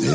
des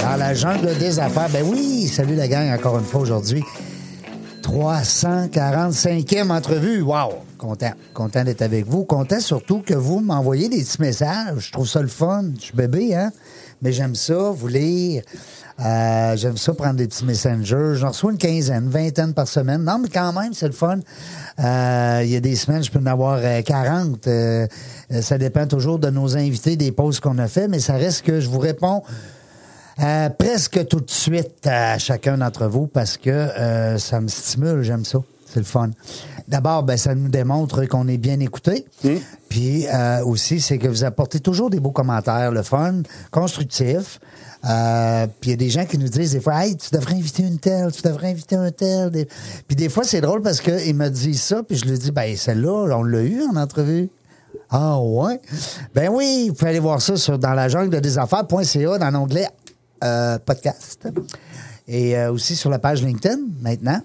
Dans la jungle des affaires. Ben oui, salut la gang encore une fois aujourd'hui. 345e entrevue. Wow! Content. Content d'être avec vous. Content surtout que vous m'envoyez des petits messages. Je trouve ça le fun. Je suis bébé, hein? Mais j'aime ça, vous lire. Euh, j'aime ça prendre des petits messengers. J'en reçois une quinzaine, vingtaine par semaine. Non, mais quand même, c'est le fun. Euh, Il y a des semaines, je peux en avoir euh, 40. Euh, ça dépend toujours de nos invités, des pauses qu'on a fait, mais ça reste que je vous réponds euh, presque tout de suite à chacun d'entre vous parce que euh, ça me stimule, j'aime ça. C'est le fun. D'abord, ben, ça nous démontre qu'on est bien écouté. Puis euh, aussi, c'est que vous apportez toujours des beaux commentaires, le fun, constructif. Euh, puis il y a des gens qui nous disent des fois, hey, tu devrais inviter une telle, tu devrais inviter un tel. Des- Puis des fois, c'est drôle parce qu'ils me disent ça, puis je leur dis, ben celle-là, on l'a eu en entrevue. Ah ouais? Ben oui, vous pouvez aller voir ça sur dans la jungle de désaffaires.ca dans l'onglet euh, podcast. Et euh, aussi sur la page LinkedIn maintenant,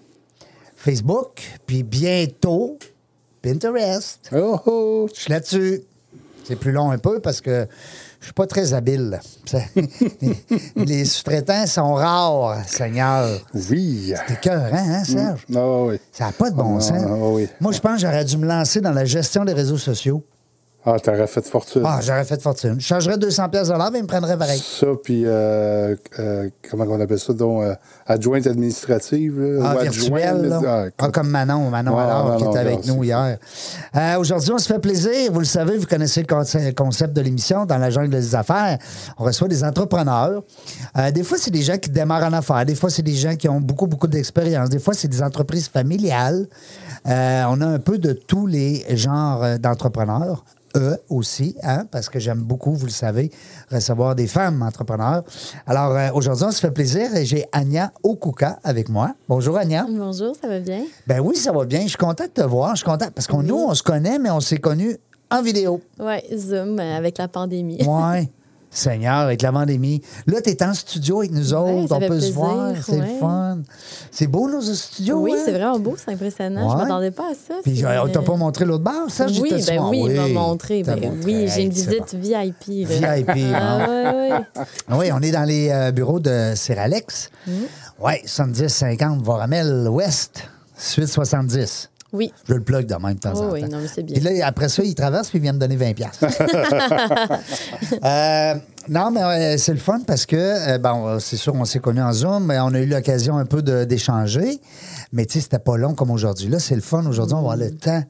Facebook, puis bientôt Pinterest. Oh, oh. Je suis là-dessus. C'est plus long un peu parce que je suis pas très habile. Ça- les les sous-traitants sont rares, Seigneur. Oui. C'est cœur, hein, Serge? Ah oui. Ça n'a pas de bon Ah, sens. ah oui. Moi, je pense que j'aurais dû me lancer dans la gestion des réseaux sociaux. Ah, t'aurais fait fortune. Ah, j'aurais fait fortune. Je changerais 200 pièces de l'heure, mais ils me prendraient pareil. Ça, puis euh, euh, comment on appelle ça, donc, euh, adjointe administrative, là, Ah, ou adjointe, virtuel, là. là. Ah, Ah, comme Manon, Manon Ouais, alors, Manon qui est Allard, avec nous c'est hier. Euh, Aujourd'hui, on se fait plaisir. Vous le savez, vous connaissez le conce- le concept de l'émission dans la jungle des affaires. On reçoit des entrepreneurs. Euh, des fois, c'est des gens qui démarrent en affaires. Des fois, c'est des gens qui ont beaucoup, beaucoup d'expérience. Des fois, c'est des entreprises familiales. Euh, on a un peu de tous les genres euh, d'entrepreneurs. Eux aussi, hein, parce que j'aime beaucoup, vous le savez, recevoir des femmes entrepreneurs. Alors, euh, aujourd'hui, on se fait plaisir et j'ai Anya Okuka avec moi. Bonjour, Anya. Bonjour, ça va bien? Ben oui, ça va bien. Je suis content de te voir. Je suis content parce qu'on nous, on se connaît, mais on s'est connus en vidéo. Oui, Zoom euh, avec la pandémie. Ouais. Seigneur, avec la pandémie. Là, tu es en studio avec nous autres. ça on fait peut se plaisir, voir. C'est le ouais. fun. C'est beau, nos studios. oui, hein? c'est vraiment beau, c'est impressionnant. Je Ouais. m'attendais pas à ça. Puis, c'est- euh, on t'a pas montré l'autre barre, ça? oui, ben oui, il m'a montré. Ben oui, j'ai une visite VIP. là. VIP, Ah, hein? ouais, ouais. Oui, on est dans les euh, bureaux de Céralex. Mm. Oui, 70-50 Voramel Ouest, suite 70. Oui, Je le plug de même de temps Oh en temps. oui, non, mais c'est bien. Puis là, après ça, il traverse puis il vient me donner 20 piastres. Euh, non, mais euh, c'est le fun parce que, euh, bon, c'est sûr, on s'est connus en Zoom, mais on a eu l'occasion un peu de- d'échanger. Mais tu sais, c'était pas long comme aujourd'hui. Là, c'est le fun. Aujourd'hui, on va avoir Mm. le temps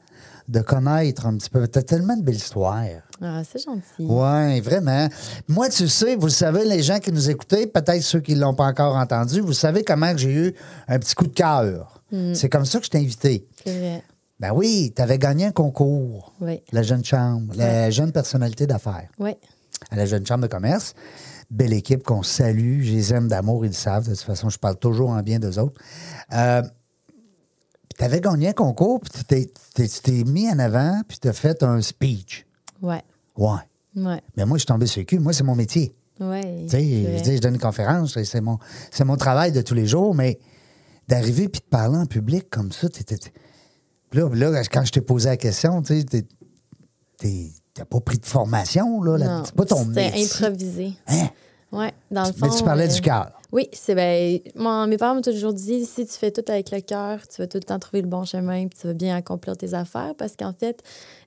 de connaître un petit peu. T'as tellement de belles histoires. Ah, c'est gentil. Oui, vraiment. Moi, tu sais, vous le savez, les gens qui nous écoutaient, peut-être ceux qui ne l'ont pas encore entendu, vous savez comment que j'ai eu un petit coup de cœur. Mm. C'est comme ça que je t'ai invité. C'est vrai. Ben oui, tu avais gagné un concours, Oui. la jeune chambre, la jeune personnalité d'affaires, Oui. à la jeune chambre de commerce. Belle équipe qu'on salue, je les aime d'amour, ils le savent. De toute façon, je parle toujours en bien d'eux autres. tu avais gagné un concours, puis tu t'es- t'es- tu t'es mis en avant, puis tu as fait un speech. Ouais. Ouais. Ouais. Mais moi, je suis tombé sur le cul. Moi, c'est mon métier. Ouais. Tu c'est sais, je, vrai. dis, je donne une conférence, et c'est mon, c'est mon travail de tous les jours, mais d'arriver puis de parler en public comme ça, t'es- t'es- t'es- là, là, quand je t'ai posé la question, tu sais, t'es- t'es- t'as pas pris de formation, là, là, Non, c'est pas ton C'était métier. improvisé. Hein? Ouais, dans le fond. Mais tu parlais euh, du cœur. Oui, c'est ben, mon- mes parents m'ont toujours dit si tu fais tout avec le cœur, tu vas tout le temps trouver le bon chemin, puis tu vas bien accomplir tes affaires, parce qu'en fait,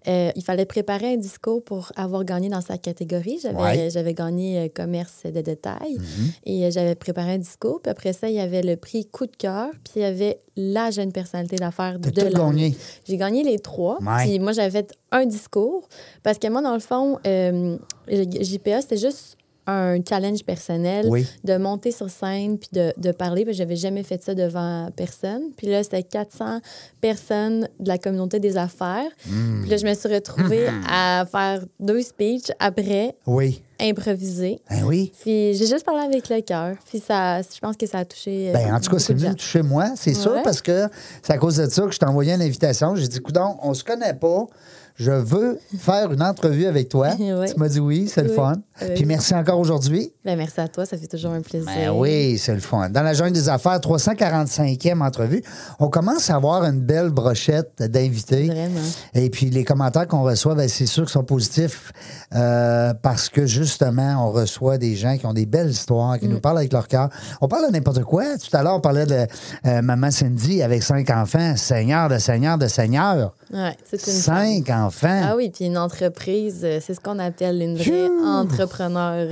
euh, il fallait préparer un discours pour avoir gagné dans sa catégorie. J'avais Ouais. Mm-hmm. j'avais gagné euh, commerce de détail et euh, j'avais préparé un discours. Puis après ça, il y avait le prix coup de cœur, puis il y avait la jeune personnalité d'affaires T'as de tout l'année. gagné. J'ai gagné les trois. Ouais. Puis moi, j'avais fait un discours. Parce que moi, dans le fond, euh, JPA, c'était juste un challenge personnel Oui. de monter sur scène puis de, de parler. Je n'avais jamais fait ça devant personne. Puis là, c'était 400 personnes de la communauté des affaires. Hmm. Puis là, je me suis retrouvée à faire deux speeches après, Oui. improvisées. Ben oui. Puis j'ai juste parlé avec le cœur. Puis ça, je pense que ça a touché. euh, Ben, en tout cas, c'est beaucoup de venu gens. toucher moi, c'est sûr, Ouais. parce que c'est à cause de ça que je t'ai envoyé une invitation. J'ai dit, coudon, on se connaît pas. Je veux faire une entrevue avec toi. Ouais. Tu m'as dit oui, c'est le Oui. fun. Euh, Puis merci encore aujourd'hui. Ben, merci à toi, ça fait toujours un plaisir. Ben oui, c'est le fun. Dans la jungle des affaires, 345e entrevue, on commence à avoir une belle brochette d'invités. Vraiment. Et puis les commentaires qu'on reçoit, ben, c'est sûr qu'ils sont positifs euh, parce que justement, on reçoit des gens qui ont des belles histoires, qui Mm. nous parlent avec leur cœur. On parle de n'importe quoi. Tout à l'heure, on parlait de euh, Maman Cindy avec cinq enfants. Seigneur de Seigneur de Seigneur. Ouais, c'est une Cinq enfants. Ah oui, puis une entreprise, euh, c'est ce qu'on appelle une vraie Hein? Phew! entrepreneur.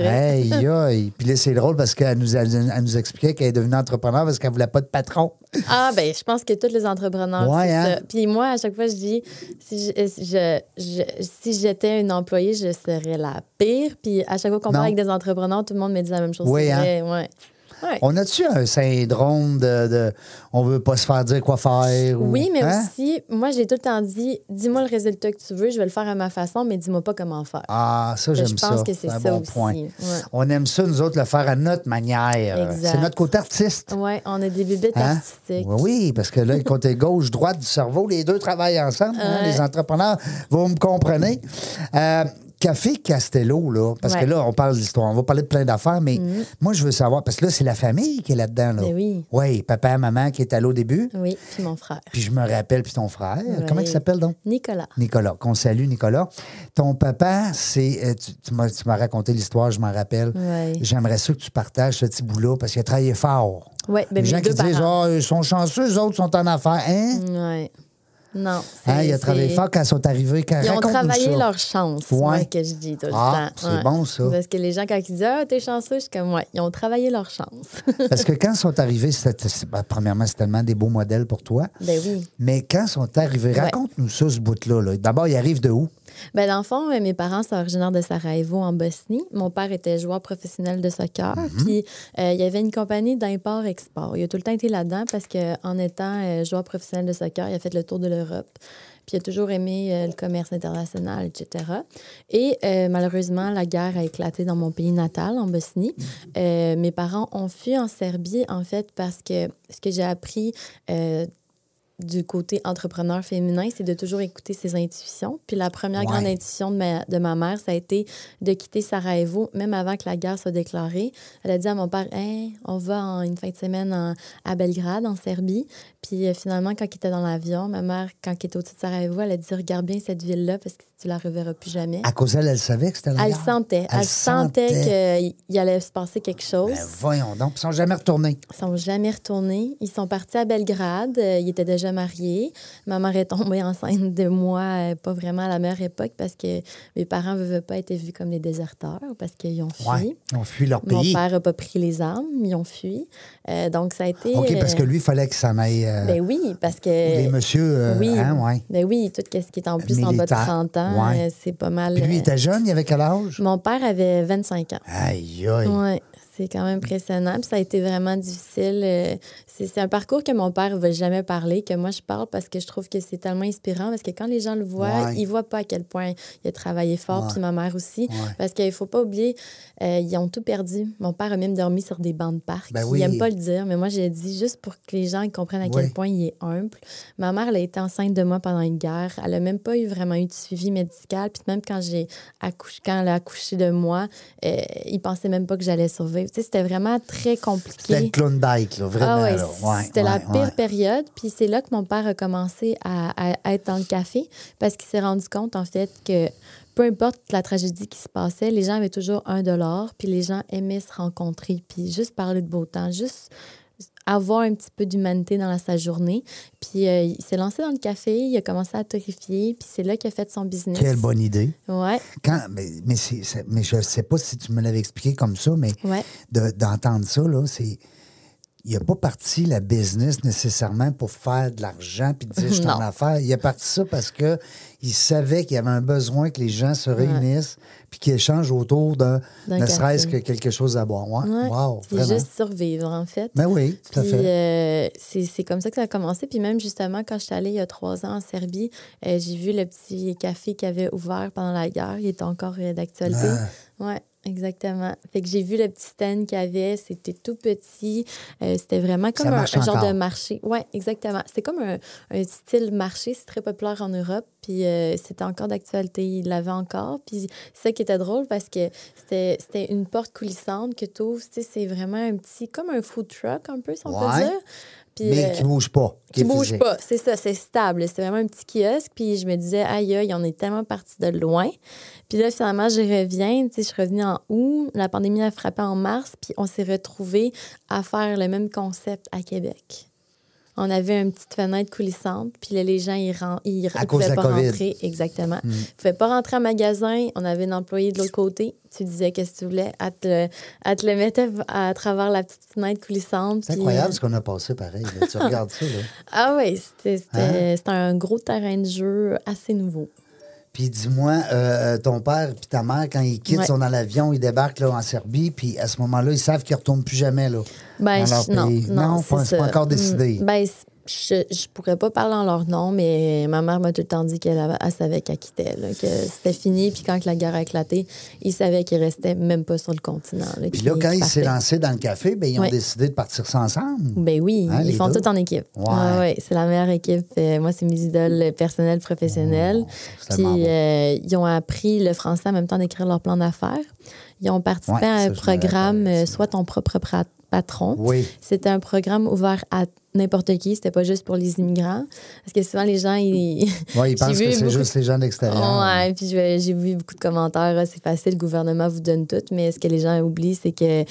Aïe, aïe. Puis là, c'est drôle parce qu'elle nous, a- elle nous expliquait qu'elle est devenue entrepreneur parce qu'elle voulait pas de patron. Ah ben, je pense que tous les entrepreneurs, Ouais, c'est hein? ça. Puis moi, à chaque fois, je dis, si je- je- je- si j'étais une employée, je serais la pire. Puis à chaque fois qu'on Non. parle avec des entrepreneurs, tout le monde me dit la même chose. Oui, C'est hein? vrai, ouais. Ouais. On a-tu un syndrome de, de- on veut pas se faire dire quoi faire? ou- Oui, mais hein? aussi, moi, j'ai tout le temps dit, dis-moi le résultat que tu veux, je vais le faire à ma façon, mais dis-moi pas comment faire. Ah, ça, Je j'aime pense ça. que c'est un ça bon aussi, point. ouais. On aime ça, nous autres, le faire à notre manière. Exact. C'est notre côté artiste. Ouais, on a des bibites Ah. hein? artistiques. Oui, oui, parce que là, le côté gauche, droite du cerveau, les deux travaillent ensemble. hein, Ouais. les entrepreneurs, vous me comprenez. Euh, Café Castello, là, parce Ouais. Mhm. que là, on parle d'histoire, on va parler de plein d'affaires, mais moi, je veux savoir, parce que là, c'est la famille qui est là-dedans. Là. Ben oui. Oui, papa, maman qui est allé au début, Oui, puis mon frère. puis je me rappelle, puis ton frère. Comment Ouais. il s'appelle donc? Nicolas. Nicolas, qu'on salue, Nicolas. Ton papa, c'est. euh, Tu, tu m'as, tu m'as raconté l'histoire, je m'en rappelle. Ouais. J'aimerais ça que tu partages ce petit bout-là parce qu'il a travaillé fort. Ouais, ben, Les mes gens qui deux disent parents. Ah, ils sont chanceux, eux autres sont en affaires. Hein? Ouais. Non. c'est- Hein, il a travaillé c'est- fort quand ils sont arrivés. Quand, Ils ont raconte-nous travaillé ça. leur chance, Ouais. moi, que je dis tout le Ah, temps. c'est bon, ça. Parce que les gens, quand ils disent Ah, t'es chanceux, je suis comme Ouais, ils ont travaillé leur chance. Parce que quand ils sont arrivés, c'était- c'est- ben, premièrement, c'est tellement des beaux modèles pour toi. ben oui. Mais quand ils sont arrivés, Ouais. raconte-nous ça, ce bout-là. là. D'abord, ils arrivent de où? Ben, dans le fond, euh, mes parents sont originaires de Sarajevo, en Bosnie. Mon père était joueur professionnel de soccer. Puis, euh, il y avait une compagnie d'import-export. Il a tout le temps été là-dedans parce qu'en étant euh, joueur professionnel de soccer, il a fait le tour de l'Europe. Puis, il a toujours aimé euh, le commerce international, etc. Et euh, malheureusement, la guerre a éclaté dans mon pays natal, en Bosnie. Euh, mes parents ont fui en Serbie, en fait, parce que ce que j'ai appris euh, du côté entrepreneur féminin, c'est de toujours écouter ses intuitions. Puis la première Ouais. grande intuition de ma, de ma mère, ça a été de quitter Sarajevo, même avant que la guerre soit déclarée. Elle a dit à mon père, Hey, on va en une fin de semaine en- à Belgrade, en Serbie. Puis euh, finalement, quand il était dans l'avion, ma mère, quand il était au-dessus de Sarajevo, elle a dit, regarde bien cette ville-là parce que tu la reverras plus jamais. À cause d'elle, elle savait que c'était la Elle guerre. sentait, elle, sentait, Ah, sentait. qu'il allait se passer quelque chose. Ben, voyons donc, ils sont jamais retournés. Ils sont jamais retournés. Ils sont partis à Belgrade. Euh, ils étaient déjà mariés. Ma mère est tombée enceinte de moi, euh, pas vraiment à la meilleure époque, parce que mes parents ne veulent pas être vus comme des déserteurs, parce qu'ils ont fui. Ouais, ils ont fui leur Mon pays. père n'a pas pris les armes, ils ont fui. Euh, donc, ça a été. OK, parce que euh, lui, il fallait qu'il s'en aille. euh, Ben oui, parce que. les messieurs, euh, oui, hein, ouais. ben oui, tout ce qui est en plus en bas de Militaire, 30 ans, ouais. euh, c'est pas mal. Puis lui, il euh, était jeune, il avait quel âge? Mon père avait 25 ans. Aïe, aïe. Oui, c'est quand même impressionnant. Puis ça a été vraiment difficile. Euh, C'est c'est un parcours que mon père ne veut jamais parler, que moi je parle parce que je trouve que c'est tellement inspirant. Parce que quand les gens le voient, Ouais. ils ne voient pas à quel point il a travaillé fort, Ouais. puis ma mère aussi. Ouais. Parce qu'il ne faut pas oublier, euh, ils ont tout perdu. Mon père a même dormi sur des bancs de parc. Ben il oui. n'aime pas le dire, mais moi j'ai dit juste pour que les gens ils comprennent à Ouais. quel point il est humble. Ma mère, elle a été enceinte de moi pendant une guerre. Elle n'a même pas eu vraiment eu de suivi médical. Puis même quand, j'ai accouché, quand elle a accouché de moi, euh, ils pensaient même pas que j'allais survivre. Tu sais, c'était vraiment très C'était le compliqué. Klondike, là, vraiment. Ah ouais, là. Ouais, c'était la ouais, pire ouais. période. Puis c'est là que mon père a commencé à, à être dans le café parce qu'il s'est rendu compte, en fait, que peu importe la tragédie qui se passait, les gens avaient toujours un dollar. Puis les gens aimaient se rencontrer. Puis juste parler de beau temps, juste avoir un petit peu d'humanité dans sa journée. Puis euh, il s'est lancé dans le café, il a commencé à terrifier, puis c'est là qu'il a fait son business. Quelle bonne idée. Ouais, Quand, mais, mais, c'est- c'est- mais je ne sais pas si tu me l'avais expliqué comme ça, mais ouais. de- d'entendre ça, là, c'est. il n'a pas parti la business nécessairement pour faire de l'argent puis de dire je suis en Non. affaires. Il est parti ça parce que il savait qu'il y avait un besoin que les gens se réunissent puis qu'ils échangent autour de D'un ne serait-ce que café. quelque chose à boire. Ouais. Ouais, Wow, c'est vraiment. juste survivre, en fait. Mais oui, tout à Puis, fait. euh, c'est c'est comme ça que ça a commencé. Puis même justement, quand je suis allée il y a trois ans en Serbie, euh, j'ai vu le petit café qu'il avait ouvert pendant la guerre. Il était encore euh, d'actualité. Ah. Ouais, exactement. Fait que j'ai vu le petit stand qu'il y avait. C'était tout petit. Euh, c'était vraiment Ça comme un, marche un genre encore. de marché. Ouais, exactement. C'était comme un, un style marché. C'est très populaire en Europe. Puis euh, c'était encore d'actualité. Il l'avait encore. Puis c'est ça qui était drôle parce que c'était c'était une porte coulissante que tu ouvres. C'est vraiment un petit, comme un food truck un peu, si on Ouais. peut dire. Puis, Mais euh, qui bouge pas. qui est bouge physique. pas. C'est ça, c'est stable. C'est vraiment un petit kiosque. Puis je me disais, aïe, aïe, on est tellement parti de loin. Puis là, finalement, je reviens. Tu sais, je suis revenue en août. La pandémie a frappé en mars. Puis on s'est retrouvés à faire le même concept à Québec. On avait une petite fenêtre coulissante. Puis là, les gens, ils, ren- ils, À ils cause de pouvaient la pas COVID. Hmm. rentrer. Exactement. Ils pouvaient pas rentrer en magasin. On avait un employé de l'autre côté. Tu disais qu'est-ce que tu voulais. Elle te, le- elle te le mettait à travers la petite fenêtre coulissante. C'est puis- euh, incroyable ce qu'on a passé pareil. là. Tu regardes ça. Là. ah oui, c'était c'était- Hein? c'était un gros terrain de jeu assez nouveau. Puis dis-moi, euh, ton père puis ta mère, quand ils quittent, Ouais. ils sont dans l'avion, ils débarquent là, en Serbie, puis à ce moment-là, ils savent qu'ils ne retournent plus jamais là, Ben, dans leur je- non, pays. non, c'est pas, c'est ça. encore décidé. Mm, Ben, c- je, je pourrais pas parler en leur nom, mais ma mère m'a tout le temps dit qu'elle avait- elle savait qu'elle quittait, là, que c'était fini. Puis quand la guerre a éclaté, ils savaient qu'ils restaient même pas sur le continent. puis là, qu'ils quand ils s'est partaient. lancé dans le café, ben, ils ont Ouais. décidé de partir ça ensemble. Ben oui, Hein, les ils font deux? tout en équipe. Ouais. Ah ouais, c'est la meilleure équipe. Euh, moi, c'est mes idoles personnelles, professionnelles. Oh, c'est Puis tellement beau. euh, ils ont appris le français en même temps d'écrire leur plan d'affaires. Ils ont participé Ouais, à ça, je un me programme rappelle, euh, ça. Sois ton propre pra- patron. Oui. C'était un programme ouvert à n'importe qui. C'était pas juste pour les immigrants. Parce que souvent, les gens, ils. Ouais, ils J'ai pensent vu que c'est beaucoup juste les gens d'extérieur. Ouais, puis je- j'ai vu beaucoup de commentaires. Ah, C'est facile, le gouvernement vous donne tout, mais ce que les gens oublient, c'est que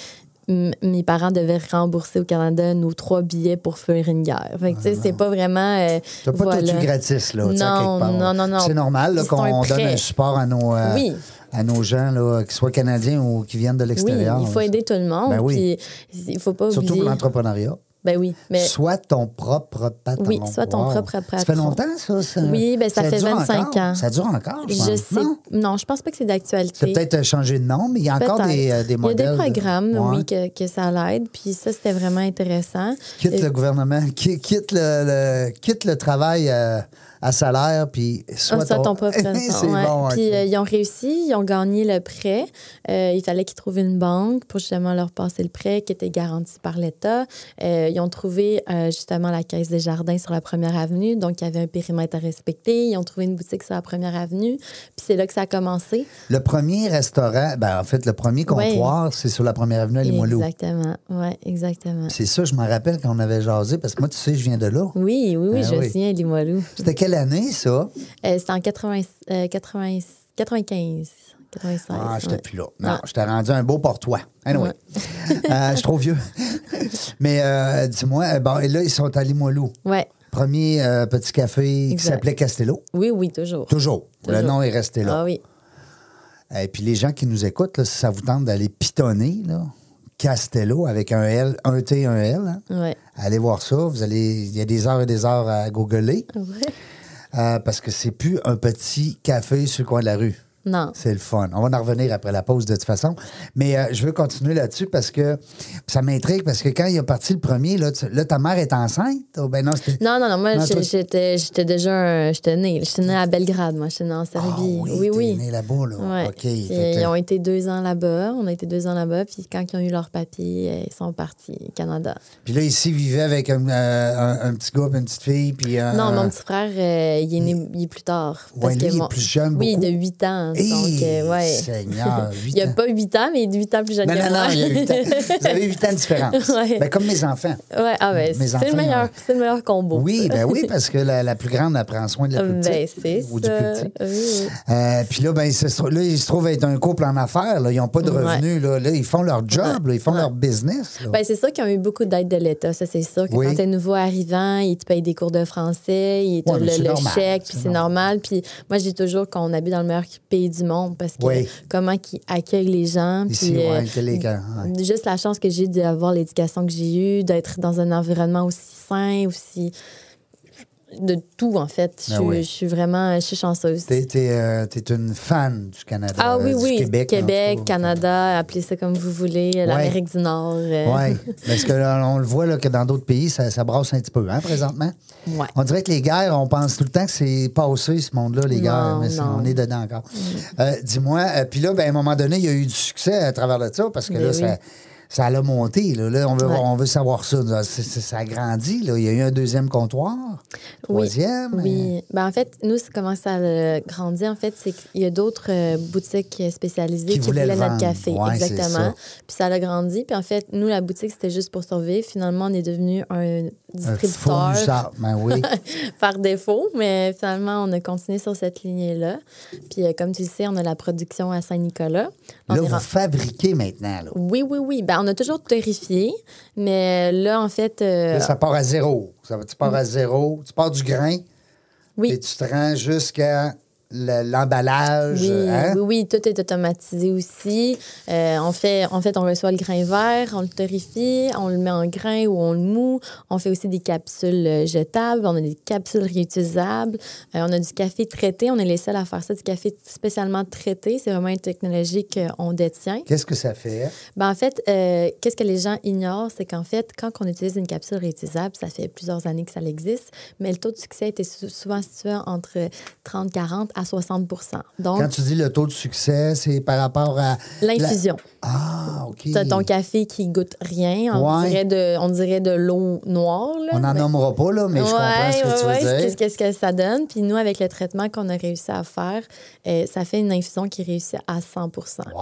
m- mes parents devaient rembourser au Canada nos trois billets pour faire une guerre. Fait que, tu sais, c'est pas vraiment. euh, Ah. T'as pas voilà. tout eu gratis, là, tu sais, à quelque Non, part. non, non, non. C'est normal là, Ils sont qu'on un donne prêt. un support à nos, euh, Oui. à nos gens, là, qu'ils soient canadiens ou qui viennent de Oui, l'extérieur. il faut là. aider tout le monde. Ben oui. Puis il faut pas Surtout oublier. pour l'entrepreneuriat. ben oui, mais Soit ton propre patron. Oui, sois ton propre Ça fait patron. longtemps, ça? ça Oui, ben, ça fait dure 25 encore? ans. Ça dure encore, je, je pense. sais. Non? Non? je pense pas que c'est d'actualité. C'est peut-être euh, changé de nom, mais il y a encore Peut-être. des, euh, des modèles. Il y a des programmes, de- Ouais. oui, que, que ça l'aide. Puis ça, c'était vraiment intéressant. Euh, Quitte Et- le gouvernement, qui- quitte le, le- quitte le travail euh, à salaire, puis soit Ah, ça, ton propre C'est Ouais. bon. Puis ok. euh, ils ont réussi, ils ont gagné le prêt. Euh, il fallait qu'ils trouvent une banque pour justement leur passer le prêt qui était garanti par l'État. Euh, ils ont trouvé euh, justement la caisse des jardins sur la première avenue, donc il y avait un périmètre à respecter. Ils ont trouvé une boutique sur la première avenue. Puis c'est là que ça a commencé. Le premier restaurant, ben, en fait, le premier comptoir, c'est sur la première avenue à Limoilou. Exactement. Ouais, exactement. C'est ça, je m'en rappelle quand on avait jasé, parce que moi, tu sais, je viens de là. Oui, oui, oui, Ah je oui. me souviens, Limoilou. C'était quelle année, ça? Euh, C'était en 80, euh, 80 95, 96. Ah, j'étais ouais. plus là. Non, Ouais. je t'ai rendu un beau portois. Anyway. Euh, je suis trop vieux. Mais euh, dis-moi, euh, bon, et là, ils sont à Limoilou. Ouais. Premier euh, petit café qui Exact. s'appelait Castello. Oui, oui, toujours. Toujours. Le Toujours. nom est resté là. Ah oui. Et Eh, puis les gens qui nous écoutent, là, si ça vous tente d'aller pitonner, là, Castello avec un L, un T, un L, hein, Ouais. allez voir ça. Vous allez, il y a des heures et des heures à googler Ouais. euh, parce que c'est plus un petit café sur le coin de la rue. Non. C'est le fun. On va en revenir après la pause de toute façon. Mais euh, je veux continuer là-dessus parce que ça m'intrigue parce que quand il a parti le premier, là, tu- là, ta mère est enceinte. Oh, ben non, c'était- Non, non, non, moi, Non, toi- j'ai- j'étais j'étais déjà. un- J'étais née. J'étais née à Belgrade, moi. J'étais née en Ah Serbie. oui, oui, t'es oui. né là-bas, là. Ouais. OK. Puis, Fait que- ils ont été deux ans là-bas. On a été deux ans là-bas. Puis quand ils ont eu leur papier, euh, ils sont partis au Canada. Puis là, ici, il vivait avec un, euh, un- un petit gars, puis une petite fille, puis un- non, un- mon petit frère, euh, il est né il est plus tard. Ah. Ouais, lui, il est mon- plus jeune, Oui, beaucoup. de 8 ans. Hey, donc, euh, ouais. Seigneur, huit il n'y a ans. pas 8 ans, mais il est 8 ans plus jeune Non, que non, moi. non, il y a huit ans. Vous avez huit ans de différence. Ouais. Ben, comme mes enfants. Ouais, ah ben, Mes c'est enfants, le meilleur, ouais. c'est le meilleur combo. Oui, ça. ben oui, parce que la, la plus grande, elle prend soin de la plus petite. ben, c'est ça. ou du plus petit. Oui, oui. Euh, puis là, ben, ils se, trou- là, ils se trouvent être un couple en affaires. Là. Ils n'ont pas de Ouais. revenus. Là. Là, ils font leur job. là. Ils font leur business. là. Ben, c'est sûr qu'ils ont eu beaucoup d'aide de l'État, ça c'est sûr. Que Oui. Quand t'es nouveau arrivant, ils te payent des cours de français, ils te Ouais, mais le, c'est le normal, chèque, c'est puis c'est normal. Puis moi, je dis toujours qu'on habite dans le meilleur pays pays du monde parce que Oui. comment ils accueillent les gens. Ici, puis, euh, ouais, que les gars, ouais. Juste la chance que j'ai d'avoir l'éducation que j'ai eue, d'être dans un environnement aussi sain, aussi. de tout, en fait. Je, Ah oui. je suis vraiment. Je suis chanceuse. T'es, t'es, euh, t'es une fan du Canada. Ah oui, euh, du oui. Québec. en tout cas. Canada, appelez ça comme vous voulez, l'Amérique du Nord. euh, Oui, parce que là, on le voit là, que dans d'autres pays, ça, ça brasse un petit peu, hein, présentement. ouais. On dirait que les guerres, on pense tout le temps que c'est passé, ce monde-là, les Non, guerres, mais c'est- non. Mm. on est dedans encore. Euh, dis-moi, euh, puis là, ben, à un moment donné, il y a eu du succès à travers de ça, parce que Ben là, oui. ça, ça l'a monté. Là, Là, on, veut, Ouais. on veut savoir ça. là. C'est- c'est- ça a grandi. Là. Il y a eu un deuxième comptoir, Oui. troisième. Oui. Ben, en fait, nous, c'est comment ça a grandi, en fait, c'est qu'il y a d'autres euh, boutiques spécialisées Qui qui, voulaient voulaient, le notre vendre. café. Ouais, c'est ça. exactement. Puis ça a grandi. Puis en fait, nous, la boutique, c'était juste pour survivre. Finalement, on est devenu un euh, Un distributeur fournisseur. Ben oui. par défaut, mais finalement, on a continué sur cette lignée-là. Puis euh, comme tu le sais, on a la production à Saint-Nicolas. On là, est vous ren- fabriquez maintenant. Là. Oui, oui, oui. Ben, on a toujours terrifié, mais là, en fait, euh, Là, ça part à zéro. Ça, va- tu pars à Mm. zéro. Tu pars du grain et oui. tu te rends jusqu'à le- l'emballage. Oui, hein? oui, oui, tout est automatisé aussi. Euh, on fait, en fait, on reçoit le grain vert, on le torréfie, on le met en grain ou on le moue. On fait aussi des capsules euh, jetables, on a des capsules réutilisables. Euh, on a du café traité, on est les seuls à faire ça, du café spécialement traité. C'est vraiment une technologie qu'on détient. Qu'est-ce que ça fait? Ben, en fait, euh, qu'est-ce que les gens ignorent, c'est qu'en fait, quand on utilise une capsule réutilisable, ça fait plusieurs années que ça existe, mais le taux de succès était sou- souvent situé entre 30-40 à 60 Donc, Quand tu dis le taux de succès, c'est par rapport à. L'infusion. la- Ah, OK. T'as ton café qui goûte rien. On, Ouais. dirait de, on dirait de l'eau noire. Là, On n'en mais- nommera pas, là, mais je comprends ce que tu veux ouais, dire. Qu'est-ce qu'est-ce que ça donne? Puis nous, avec le traitement qu'on a réussi à faire, euh, ça fait une infusion qui réussit à 100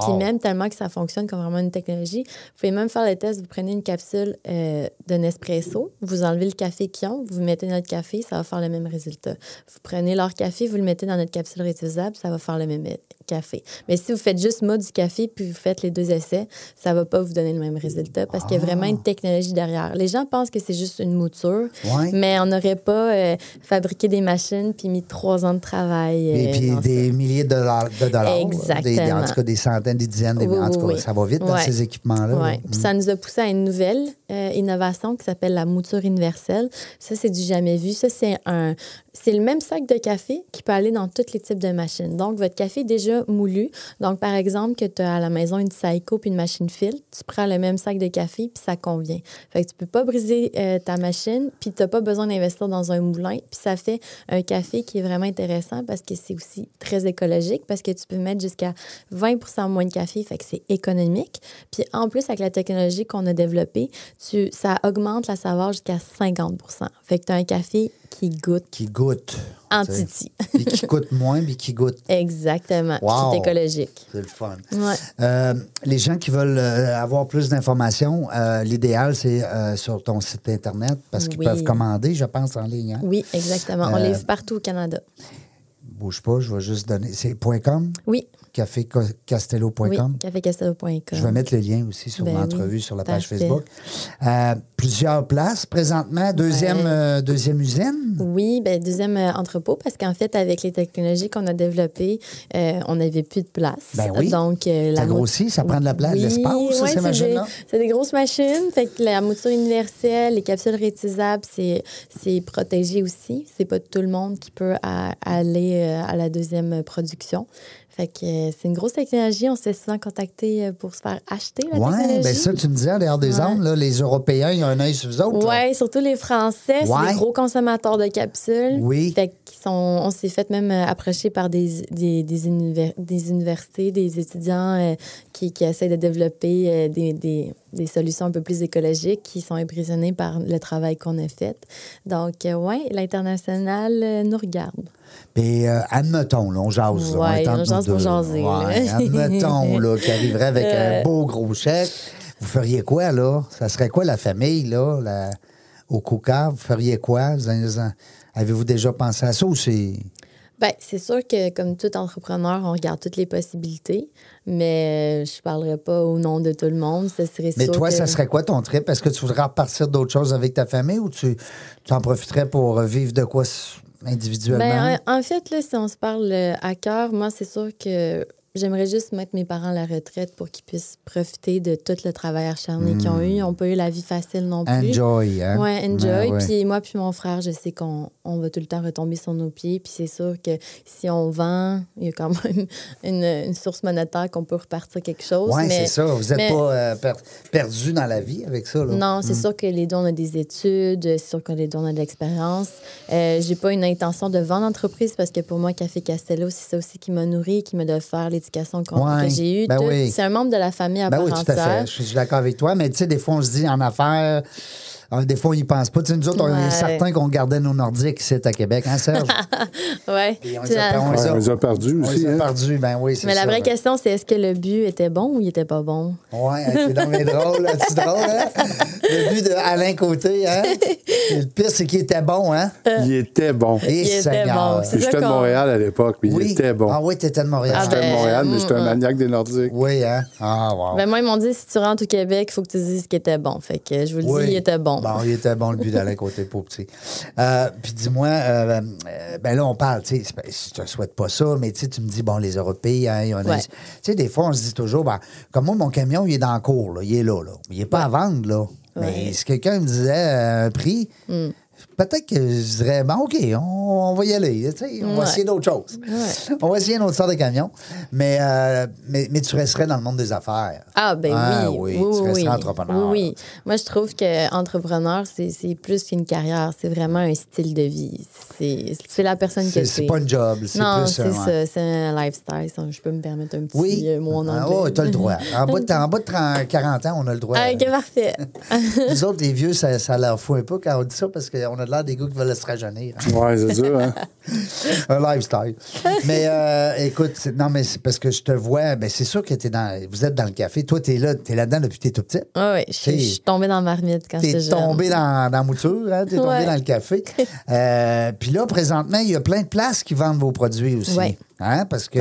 Puis même tellement que ça fonctionne comme vraiment une technologie, vous pouvez même faire le test. Vous prenez une capsule euh, d'un espresso, vous enlevez le café qu'ils ont, vous mettez notre café, ça va faire le même résultat. Vous prenez leur café, vous le mettez dans notre capsule réutilisable, ça va faire le même euh, café. Mais si vous faites juste mode du café puis vous faites les deux essais, ça va pas vous donner le même résultat parce qu'il y a vraiment Ah. une technologie derrière. Les gens pensent que c'est juste une mouture, Ouais. mais on n'aurait pas euh, fabriqué des machines puis mis trois ans de travail. Et euh, puis dans des milliers de dollars. De dollars là. Des- Exactement. en tout cas, des centaines, des dizaines, des Oui, en tout cas, oui, oui. ça va vite dans Ouais. ces équipements-là. Ouais. là. Puis ça nous a poussé à une nouvelle euh, innovation qui s'appelle la mouture universelle. Ça, c'est du jamais vu. Ça, c'est un. C'est le même sac de café qui peut aller dans tous les types de machines. Donc, votre café est déjà moulu. Donc, par exemple, que tu as à la maison une Saïko puis une machine filtre, tu prends le même sac de café puis ça convient. Fait que tu peux pas briser euh, ta machine puis tu pas besoin d'investir dans un moulin. Puis ça fait un café qui est vraiment intéressant parce que c'est aussi très écologique parce que tu peux mettre jusqu'à 20 moins de café, fait que c'est économique. Puis en plus, avec la technologie qu'on a développée, tu, ça augmente la saveur jusqu'à 50 Fait que tu as un café qui goûte Qui goûte. en tu sais. titi. puis qui coûte moins, puis qui goûte. Exactement. Puis Wow. C'est écologique. C'est le fun. Ouais. Euh, les gens qui veulent euh, avoir plus d'informations, euh, l'idéal, c'est euh, sur ton site Internet parce qu'ils Oui. peuvent commander, je pense, en ligne. hein. Oui, exactement. On Euh, les livre partout au Canada. Bouge pas, je vais juste donner. C'est .com, Oui, cafécastello.com. oui, cafécastello.com. Je vais mettre le lien aussi sur Ben l'entrevue oui, sur la page parfait. Facebook. Euh, plusieurs places présentement. Deuxième, Ouais. euh, deuxième usine. Oui, ben, deuxième euh, entrepôt, parce qu'en fait, avec les technologies qu'on a développées, euh, on n'avait plus de place. Ben oui. Donc, euh, la Ça mou- grossit, ça prend de la place, de Oui, l'espace, ouais, ces c'est machines-là. des- C'est des grosses machines. Fait que la mouture universelle, les capsules réutilisables, c'est, c'est protégé aussi. C'est pas tout le monde qui peut a- aller euh, à la deuxième production. Fait que euh, c'est une grosse technologie. On s'est souvent contacté euh, pour se faire acheter la Oui, technologie. bien ben ça, tu me disais en dehors des Ouais. ondes, là, les Européens, ils ont un œil sur vous autres. là. Oui, surtout les Français, c'est Ouais. des gros consommateurs de capsules. Oui. Fait qu'ils sont, on s'est fait même euh, approcher par des, des, des, univers- des universités, des étudiants euh, qui, qui essaient de développer euh, des, des, des solutions un peu plus écologiques, qui sont impressionnés par le travail qu'on a fait. Donc, oui, ouais, l'international euh, nous regarde. Puis, euh, admettons, là, on jase. là, on Ouais, est entre on jase nous pour deux. jaser, là. Euh. Ouais, admettons, là, qui arriverait avec un beau gros chèque. Vous feriez quoi, là? Ça serait quoi, la famille, là, la- au Coca? Vous feriez quoi? Vous en- Avez-vous déjà pensé à ça ou c'est... Ben, c'est sûr que, comme tout entrepreneur, on regarde toutes les possibilités, mais euh, je parlerai pas au nom de tout le monde. Ce serait Mais sûr toi, que- ça serait quoi ton trip? Est-ce que tu voudrais repartir d'autres choses avec ta famille ou tu, tu en profiterais pour euh, vivre de quoi s- individuellement? Ben, en, en fait, là, si on se parle euh, à cœur, moi, c'est sûr que j'aimerais juste mettre mes parents à la retraite pour qu'ils puissent profiter de tout le travail acharné qu'ils ont eu. Ils n'ont pas eu la vie facile non plus. Hmm. enjoy, hein? Ouais, enjoy. Ah, ouais. Puis moi, puis mon frère, je sais qu'on on va tout le temps retomber sur nos pieds. Puis c'est sûr que si on vend, il y a quand même une, une source monétaire qu'on peut repartir quelque chose. Ouais, mais- c'est ça. Vous n'êtes mais- pas euh, per- perdu dans la vie avec ça, là. Non, c'est sûr que les deux, on a des études, c'est sûr que les deux, on a de l'expérience. Euh, j'ai pas une intention de vendre l'entreprise parce que pour moi, Café Castello, c'est ça aussi qui m'a nourri, qui m'a offert l'éducation qu'on- Ouais, que j'ai eue. ben Tout- oui. C'est un membre de la famille à Ben part oui, tout à fait. entière. Je suis- je suis d'accord avec toi, mais tu sais, des fois, on se dit en affaires, euh, des fois, on n'y pense pas. Tu sais, nous autres, on Ouais. est certains qu'on gardait nos Nordiques ici à Québec, hein, Serge? Ouais. Puis on Tu les sais, a- on Ouais, les a- Ah, on les a perdus on les aussi. a hein. perdus, ben oui, c'est Mais la ça, vraie là. question, c'est est-ce que le but était bon ou il était pas bon? Ouais, hein, c'est donc bien drôle, hein, c'est drôle, hein? Le but de Alain Côté, hein? Et le pire, c'est qu'il était bon, hein? Il était bon. Et Il était Seigneur. bon, c'est Puis J'étais de d'accord. Montréal à l'époque, puis il était bon. Ah oui, t'étais de Montréal. Ah J'étais ben, de Montréal, mais mm, j'étais un mm. maniaque des Nordiques. Oui, hein? Ah, wow. Ben moi, ils m'ont dit si tu rentres au Québec, il faut que tu dises qu'il était bon. Fait que je vous le Oui. Ben, dis, il était bon. Bon, il était bon le but d'aller côté pour petit. Euh, puis dis-moi, euh, euh, ben là, on parle, tu sais, c'est pas- je te souhaite pas ça, mais tu sais, tu me dis, bon, les Européens, il y en a- Ouais. tu sais, des fois, on se dit toujours, ben, comme moi, mon camion, il est dans le cours, là, il est là, là. Il est pas à vendre, là. Mais si quelqu'un me disait euh, un prix, Hmm. peut-être que je dirais, ben, OK, on, on va y aller, tu sais, on va Ouais. essayer d'autres choses. On va essayer une autre sorte de camion, mais, euh, mais, mais tu resterais dans le monde des affaires. Ah, ben Ah oui, oui. Oui, tu oui, resterais oui. entrepreneur. Oui, oui. Moi, je trouve que entrepreneur, c'est c'est plus qu'une carrière. C'est vraiment un style de vie. C'est c'est la personne que C'est tu c'est es. pas un job, c'est plus Non, un... c'est ouais. ça. C'est un lifestyle. ça. Je peux me permettre un petit Oui. euh, mot en Ah, anglais. oh, t'as le droit. En bas de, en bas de 30, 40 ans, on a le droit. Euh, Ah, ok, parfait. Nous autres, les vieux, ça, ça leur fout un peu quand on dit ça parce qu'on a l'air des gars qui veulent se rajeunir. Ouais, c'est ça. Hein? un lifestyle. Mais euh, écoute, c'est- non, mais c'est parce que je te vois, ben, c'est sûr que t'es dans, vous êtes dans le café. Toi, t'es là, t'es là-dedans depuis que t'es tout petit. Ah oui, je suis- je suis tombée dans ma marmite quand j'étais T'es jeune. tombé dans, dans la mouture, hein, t'es tombé Ouais. dans le café. Euh, Puis là, présentement, il y a plein de places qui vendent vos produits aussi. Ouais. Mm-hmm. Hein, parce que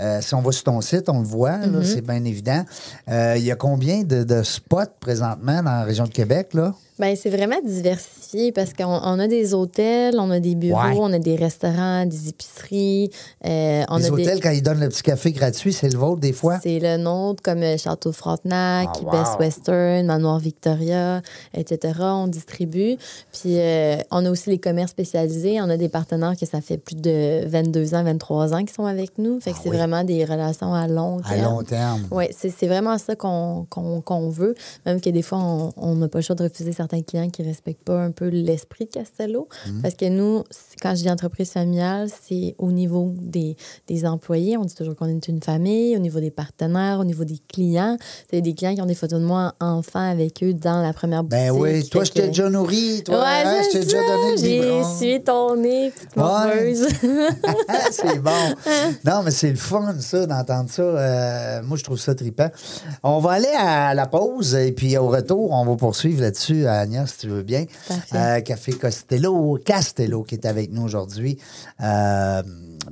euh, si on va sur ton site, on le voit, là, c'est bien évident. Euh, Il y a combien de, de spots présentement dans la région de Québec? Là? Ben, c'est vraiment diversifié parce qu'on on a des hôtels, on a des bureaux, Ouais. on a des restaurants, des épiceries. euh, on Les a hôtels, des... quand ils donnent le petit café gratuit, c'est le vôtre des fois? C'est le nôtre, comme euh, Château Frontenac, Ah, wow. Best Western, Manoir Victoria, etc. On distribue. Puis, euh, on a aussi les commerces spécialisés. On a des partenaires que ça fait plus de 22 ans, 23 ans qui sont avec nous. Fait que Ah c'est oui. vraiment des relations à long À terme. long terme. Oui, c'est c'est vraiment ça qu'on qu'on- qu'on veut. Même que des fois, on on n'a pas le choix de refuser certains clients qui ne respectent pas un peu l'esprit de Castello. Mmh. Parce que nous, c'est- quand je dis entreprise familiale, c'est au niveau des, des employés. On dit toujours qu'on est une famille, au niveau des partenaires, au niveau des clients. C'est des clients qui ont des photos de moi enfant avec eux dans la première Ben boutique. oui, toi, Fait je t'ai que- déjà nourri. Toi, Ouais, hein, je c'est t'ai déjà ça. donné le J'ai biberon. essuyé ton nez, petite morveuse. Ah, c'est bon. Non, mais c'est le fun, ça, d'entendre ça. Euh, moi, je trouve ça trippant. On va aller à la pause et puis au retour, on va poursuivre là-dessus, Agnès, si tu veux bien. Parfait. Euh, Café Costello, Castello, qui est avec nous aujourd'hui. Euh,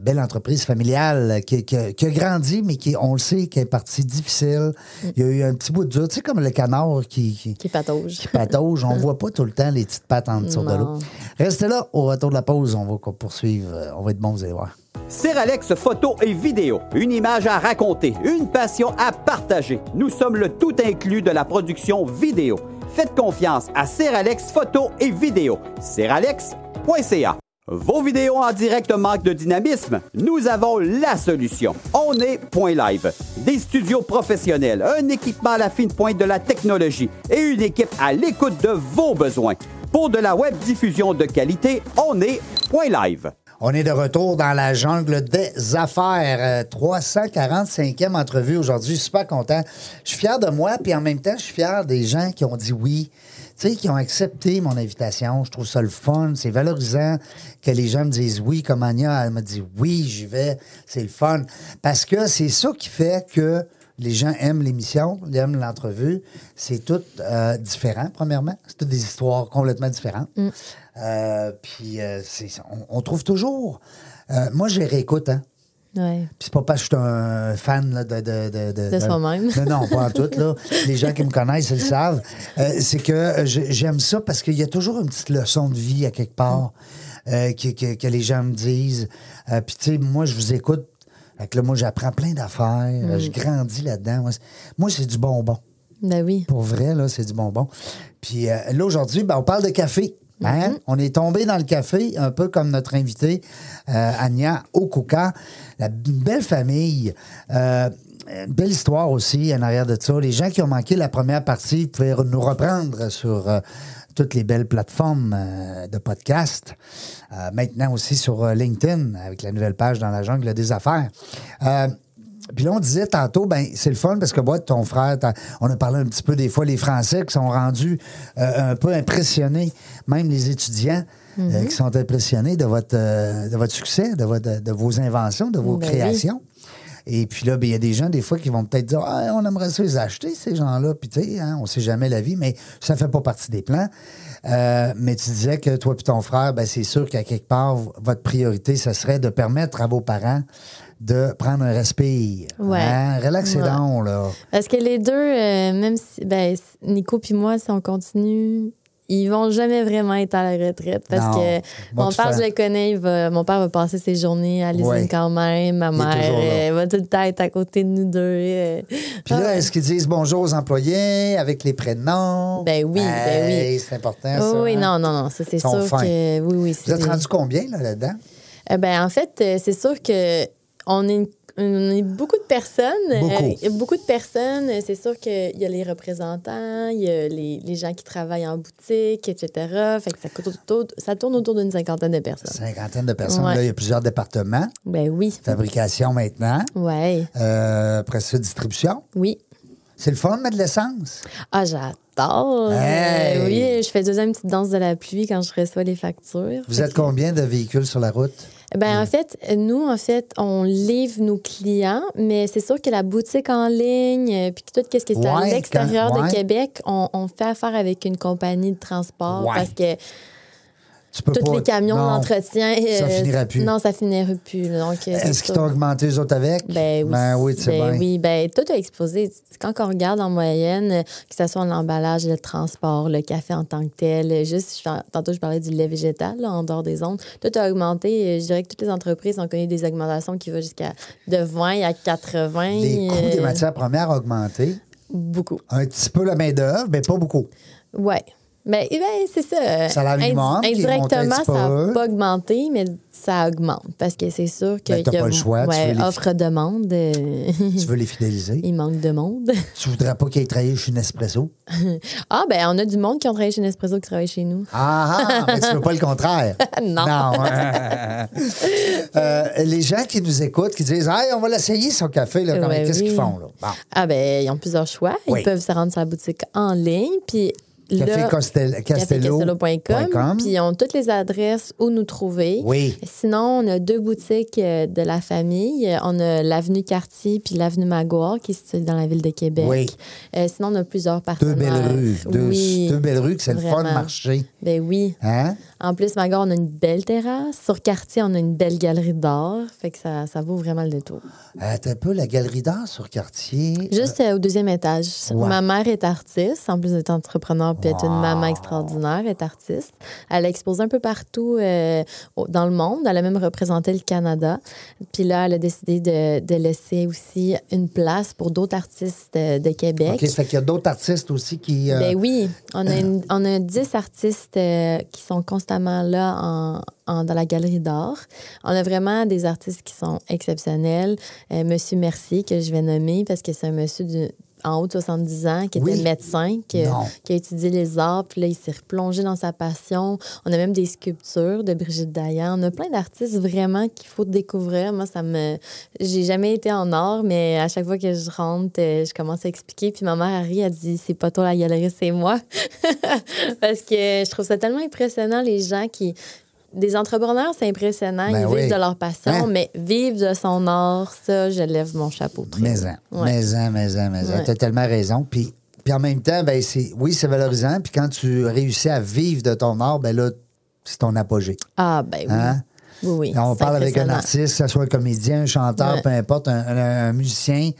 belle entreprise familiale qui, qui- qui a grandi, mais qui, on le sait, qui est partie difficile. Mm. Il y a eu un petit bout de dur. Tu sais, comme le canard qui- qui, qui patauge. qui patauge. On voit pas tout le temps les petites pattes en dessous de l'eau. Mm. Non. Restez là, au retour de la pause, on va co- poursuivre. Euh, On va être bons, vous allez voir. Seralex photo et vidéo, une image à raconter, une passion à partager. Nous sommes le tout inclus de la production vidéo. Faites confiance à Seralex photo et vidéo. Seralex.ca. Vos vidéos en direct manquent de dynamisme? Nous avons la solution. On est Point Live. Des studios professionnels, un équipement à la fine pointe de la technologie et une équipe à l'écoute de vos besoins. Pour de la web diffusion de qualité, on est Point Live. On est de retour dans la jungle des affaires. Euh, 345e entrevue aujourd'hui. Super content. Je suis fier de moi, puis en même temps, je suis fier des gens qui ont dit oui. Tu sais, qui ont accepté mon invitation. Je trouve ça le fun. C'est valorisant que les gens me disent oui. Comme Anya, elle m'a dit oui, j'y vais. C'est le fun. Parce que c'est ça qui fait que les gens aiment l'émission, ils aiment l'entrevue. C'est tout euh, différent, premièrement. C'est toutes des histoires complètement différentes. Euh, puis euh, c'est- on, on trouve toujours. euh, moi, je les réécoute. hein. Ouais. Puis c'est pas parce que je suis un fan là, de, de, de, De soi-même. Non, non, pas en tout. Là. Les gens qui me connaissent, ils le savent. Euh, c'est que euh, j'ai- j'aime ça parce qu'il y a toujours une petite leçon de vie à quelque part euh, que, que- que les gens me disent. Euh, Puis, tu sais, moi, je vous écoute. Fait que là, moi, j'apprends plein d'affaires. Euh, Je grandis là-dedans. Moi, c'est- Moi, c'est du bonbon. Ben oui. Pour vrai, là, c'est du bonbon. Puis euh, là, aujourd'hui, ben, on parle de café. hein? On est tombé dans le café, un peu comme notre invité, euh, Anya Okuka. La b- une belle famille. Euh, une belle histoire aussi en arrière de ça. Les gens qui ont manqué la première partie, vous pouvez re- nous reprendre sur euh, toutes les belles plateformes euh, de podcast. Euh, maintenant aussi sur euh, LinkedIn, avec la nouvelle page dans la jungle des affaires. Euh, puis là, on disait tantôt, ben c'est le fun parce que moi, ton frère, t'as- on a parlé un petit peu des fois, les Français qui sont rendus euh, un peu impressionnés, même les étudiants Mhm. euh, qui sont impressionnés de votre, euh, de votre succès, de, votre- de vos inventions, de vos Ben oui. créations. Et puis là, ben, il y a des gens, des fois, qui vont peut-être dire Ah, on aimerait ça les acheter, ces gens-là. Puis, tu sais, hein, on sait jamais la vie, mais ça fait pas partie des plans. Euh, mais tu disais que toi et ton frère, ben, c'est sûr qu'à quelque part, v- votre priorité, ce serait de permettre à vos parents de prendre un respire. Ouais. Hein? Relaxez Ouais. donc, là. Parce que les deux, euh, même si ben, s- Nico puis moi, si on continue, ils vont jamais vraiment être à la retraite. Parce Non. que Bon, mon tu père, fais- je le connais, il va- mon père va passer ses journées à l'usine Ouais. quand même. Ma Il est toujours là. mère euh, va tout le temps être à côté de nous deux. euh. Puis là, Ah, est-ce qu'ils disent bonjour aux employés avec les prénoms? Ben oui, ben oui. Hey, C'est important, oui, ça. oui, hein? non, non, non, ça c'est Ils sont sûr fins. que. Oui, oui, Vous êtes c'est- rendu combien, là, là-dedans? Eh ben, en fait, euh, c'est sûr que on est, une- on est beaucoup de personnes. Beaucoup. Euh, beaucoup de personnes. Euh, C'est sûr qu'il y a les représentants, il y a les, les gens qui travaillent en boutique, etc. Fait que ça, coûte autour- ça tourne autour d'une cinquantaine de personnes. Cinquantaine de personnes. Ouais. Là, il y a plusieurs départements. Ben oui. Fabrication maintenant. Ouais, Euh, après ça, distribution. oui. C'est le fun, mais de l'essence. Ah, j'adore. Euh, Hey! oui, je fais deuxième petite danse de la pluie quand je reçois les factures. Vous Fait êtes que- combien de véhicules sur la route? Ben, en fait, nous, en fait, on livre nos clients, mais c'est sûr que la boutique en ligne, euh, puis tout ce qui est à Ouais, l'extérieur quand- ouais. de Québec, on, on fait affaire avec une compagnie de transport Ouais. parce que Tu peux tous pas- les camions Non. d'entretien. ça euh, finira plus. Non, ça finirait plus. là. Donc, euh, Est-ce c'est qu'ils sûr. t'ont augmenté les autres avec? Ben oui. oui, tu sais ben bien. oui, ben tout a explosé. Quand on regarde en moyenne, euh, que ce soit en emballage, le transport, le café en tant que tel, euh, juste, je par- tantôt je parlais du lait végétal là, en dehors des ondes, tout a augmenté. Euh, Je dirais que toutes les entreprises ont connu des augmentations qui vont jusqu'à de 20 à 80. Les coûts des euh, matières premières ont augmenté. Beaucoup. Un petit peu la main-d'œuvre, mais pas beaucoup. Ouais. Ben, eh ben, c'est ça. Salaire minimum qui est monté un indirectement, petit ça peu. n'a pas augmenté, mais ça augmente parce que c'est sûr que. Ben, t'as il y a- pas le choix, tu veux Ouais, les- offre-demande. euh, Tu veux les fidéliser. il manque de monde. Tu voudrais pas qu'ils aient travaillé chez Nespresso. Ah, ben, on a du monde qui ont travaillé chez Nespresso qui travaille chez nous. Ah, ah mais tu veux pas le contraire. hein. Non. Euh, les gens qui nous écoutent, qui disent Hey, on va l'essayer son café, là, Ouais, comment- qu'est-ce oui. qu'ils font? Là? Bon. Ah, ben, ils ont plusieurs choix. Ils Oui. peuvent se rendre sur la boutique en ligne. Puis Café là, Castel- Castello. cafécastello.com. Puis ils ont toutes les adresses où nous trouver. Oui. Sinon, on a deux boutiques euh, de la famille. On a l'avenue Cartier puis l'avenue Maguire qui se situe dans la ville de Québec. Oui. Euh, sinon, on a plusieurs Deux partenaires. belles rues. Deux, oui. deux belles rues que c'est le fun de Vraiment. marcher. Ben oui. Hein? En plus, Maguire, on a une belle terrasse. Sur Cartier, on a une belle galerie d'art. Fait que ça, ça vaut vraiment le détour. Euh, T'as un peu la galerie d'art sur quartier. Juste euh, au deuxième étage. Ouais. Ma mère est artiste, en plus d'être entrepreneur puis être une maman extraordinaire, elle est artiste. Elle a exposé un peu partout euh, au- dans le monde. Elle a même représenté le Canada. Puis là, elle a décidé de, de laisser aussi une place pour d'autres artistes euh, de Québec. OK, ça fait qu'il y a d'autres artistes aussi qui. euh, Ben oui, on a, une- on a 10 artistes euh, qui sont constamment là en, en- dans la galerie d'art. On a vraiment des artistes qui sont exceptionnels. Euh, monsieur Mercier, que je vais nommer parce que c'est un monsieur du- en haut de 70 ans qui Oui. était médecin, qui, Non. qui a étudié les arts, puis là, il s'est replongé dans sa passion. On a même des sculptures de Brigitte Dayan. On a plein d'artistes vraiment qu'il faut découvrir. Moi, ça me. J'ai jamais été en art, mais à chaque fois que je rentre, euh, je commence à expliquer. Puis ma mère, elle rit, elle dit c'est pas toi la galerie, c'est moi. Parce que je trouve ça tellement impressionnant, les gens qui. Des entrepreneurs, c'est impressionnant. Ben Ils oui. vivent de leur passion, Hein? mais vivre de son art, ça, je lève mon chapeau. très haut. Maison, Ouais. maison, maison, maison. Ouais. T'as tellement raison. Puis, puis en même temps, ben c'est, oui, c'est valorisant. Puis quand tu réussis à vivre de ton art, ben là, c'est ton apogée. Ah, ben oui. Hein? Oui, oui, on c'est parle avec un impressionnant. artiste, que ce soit un comédien, un chanteur, Ouais. Mm. peu importe, un, un- un musicien.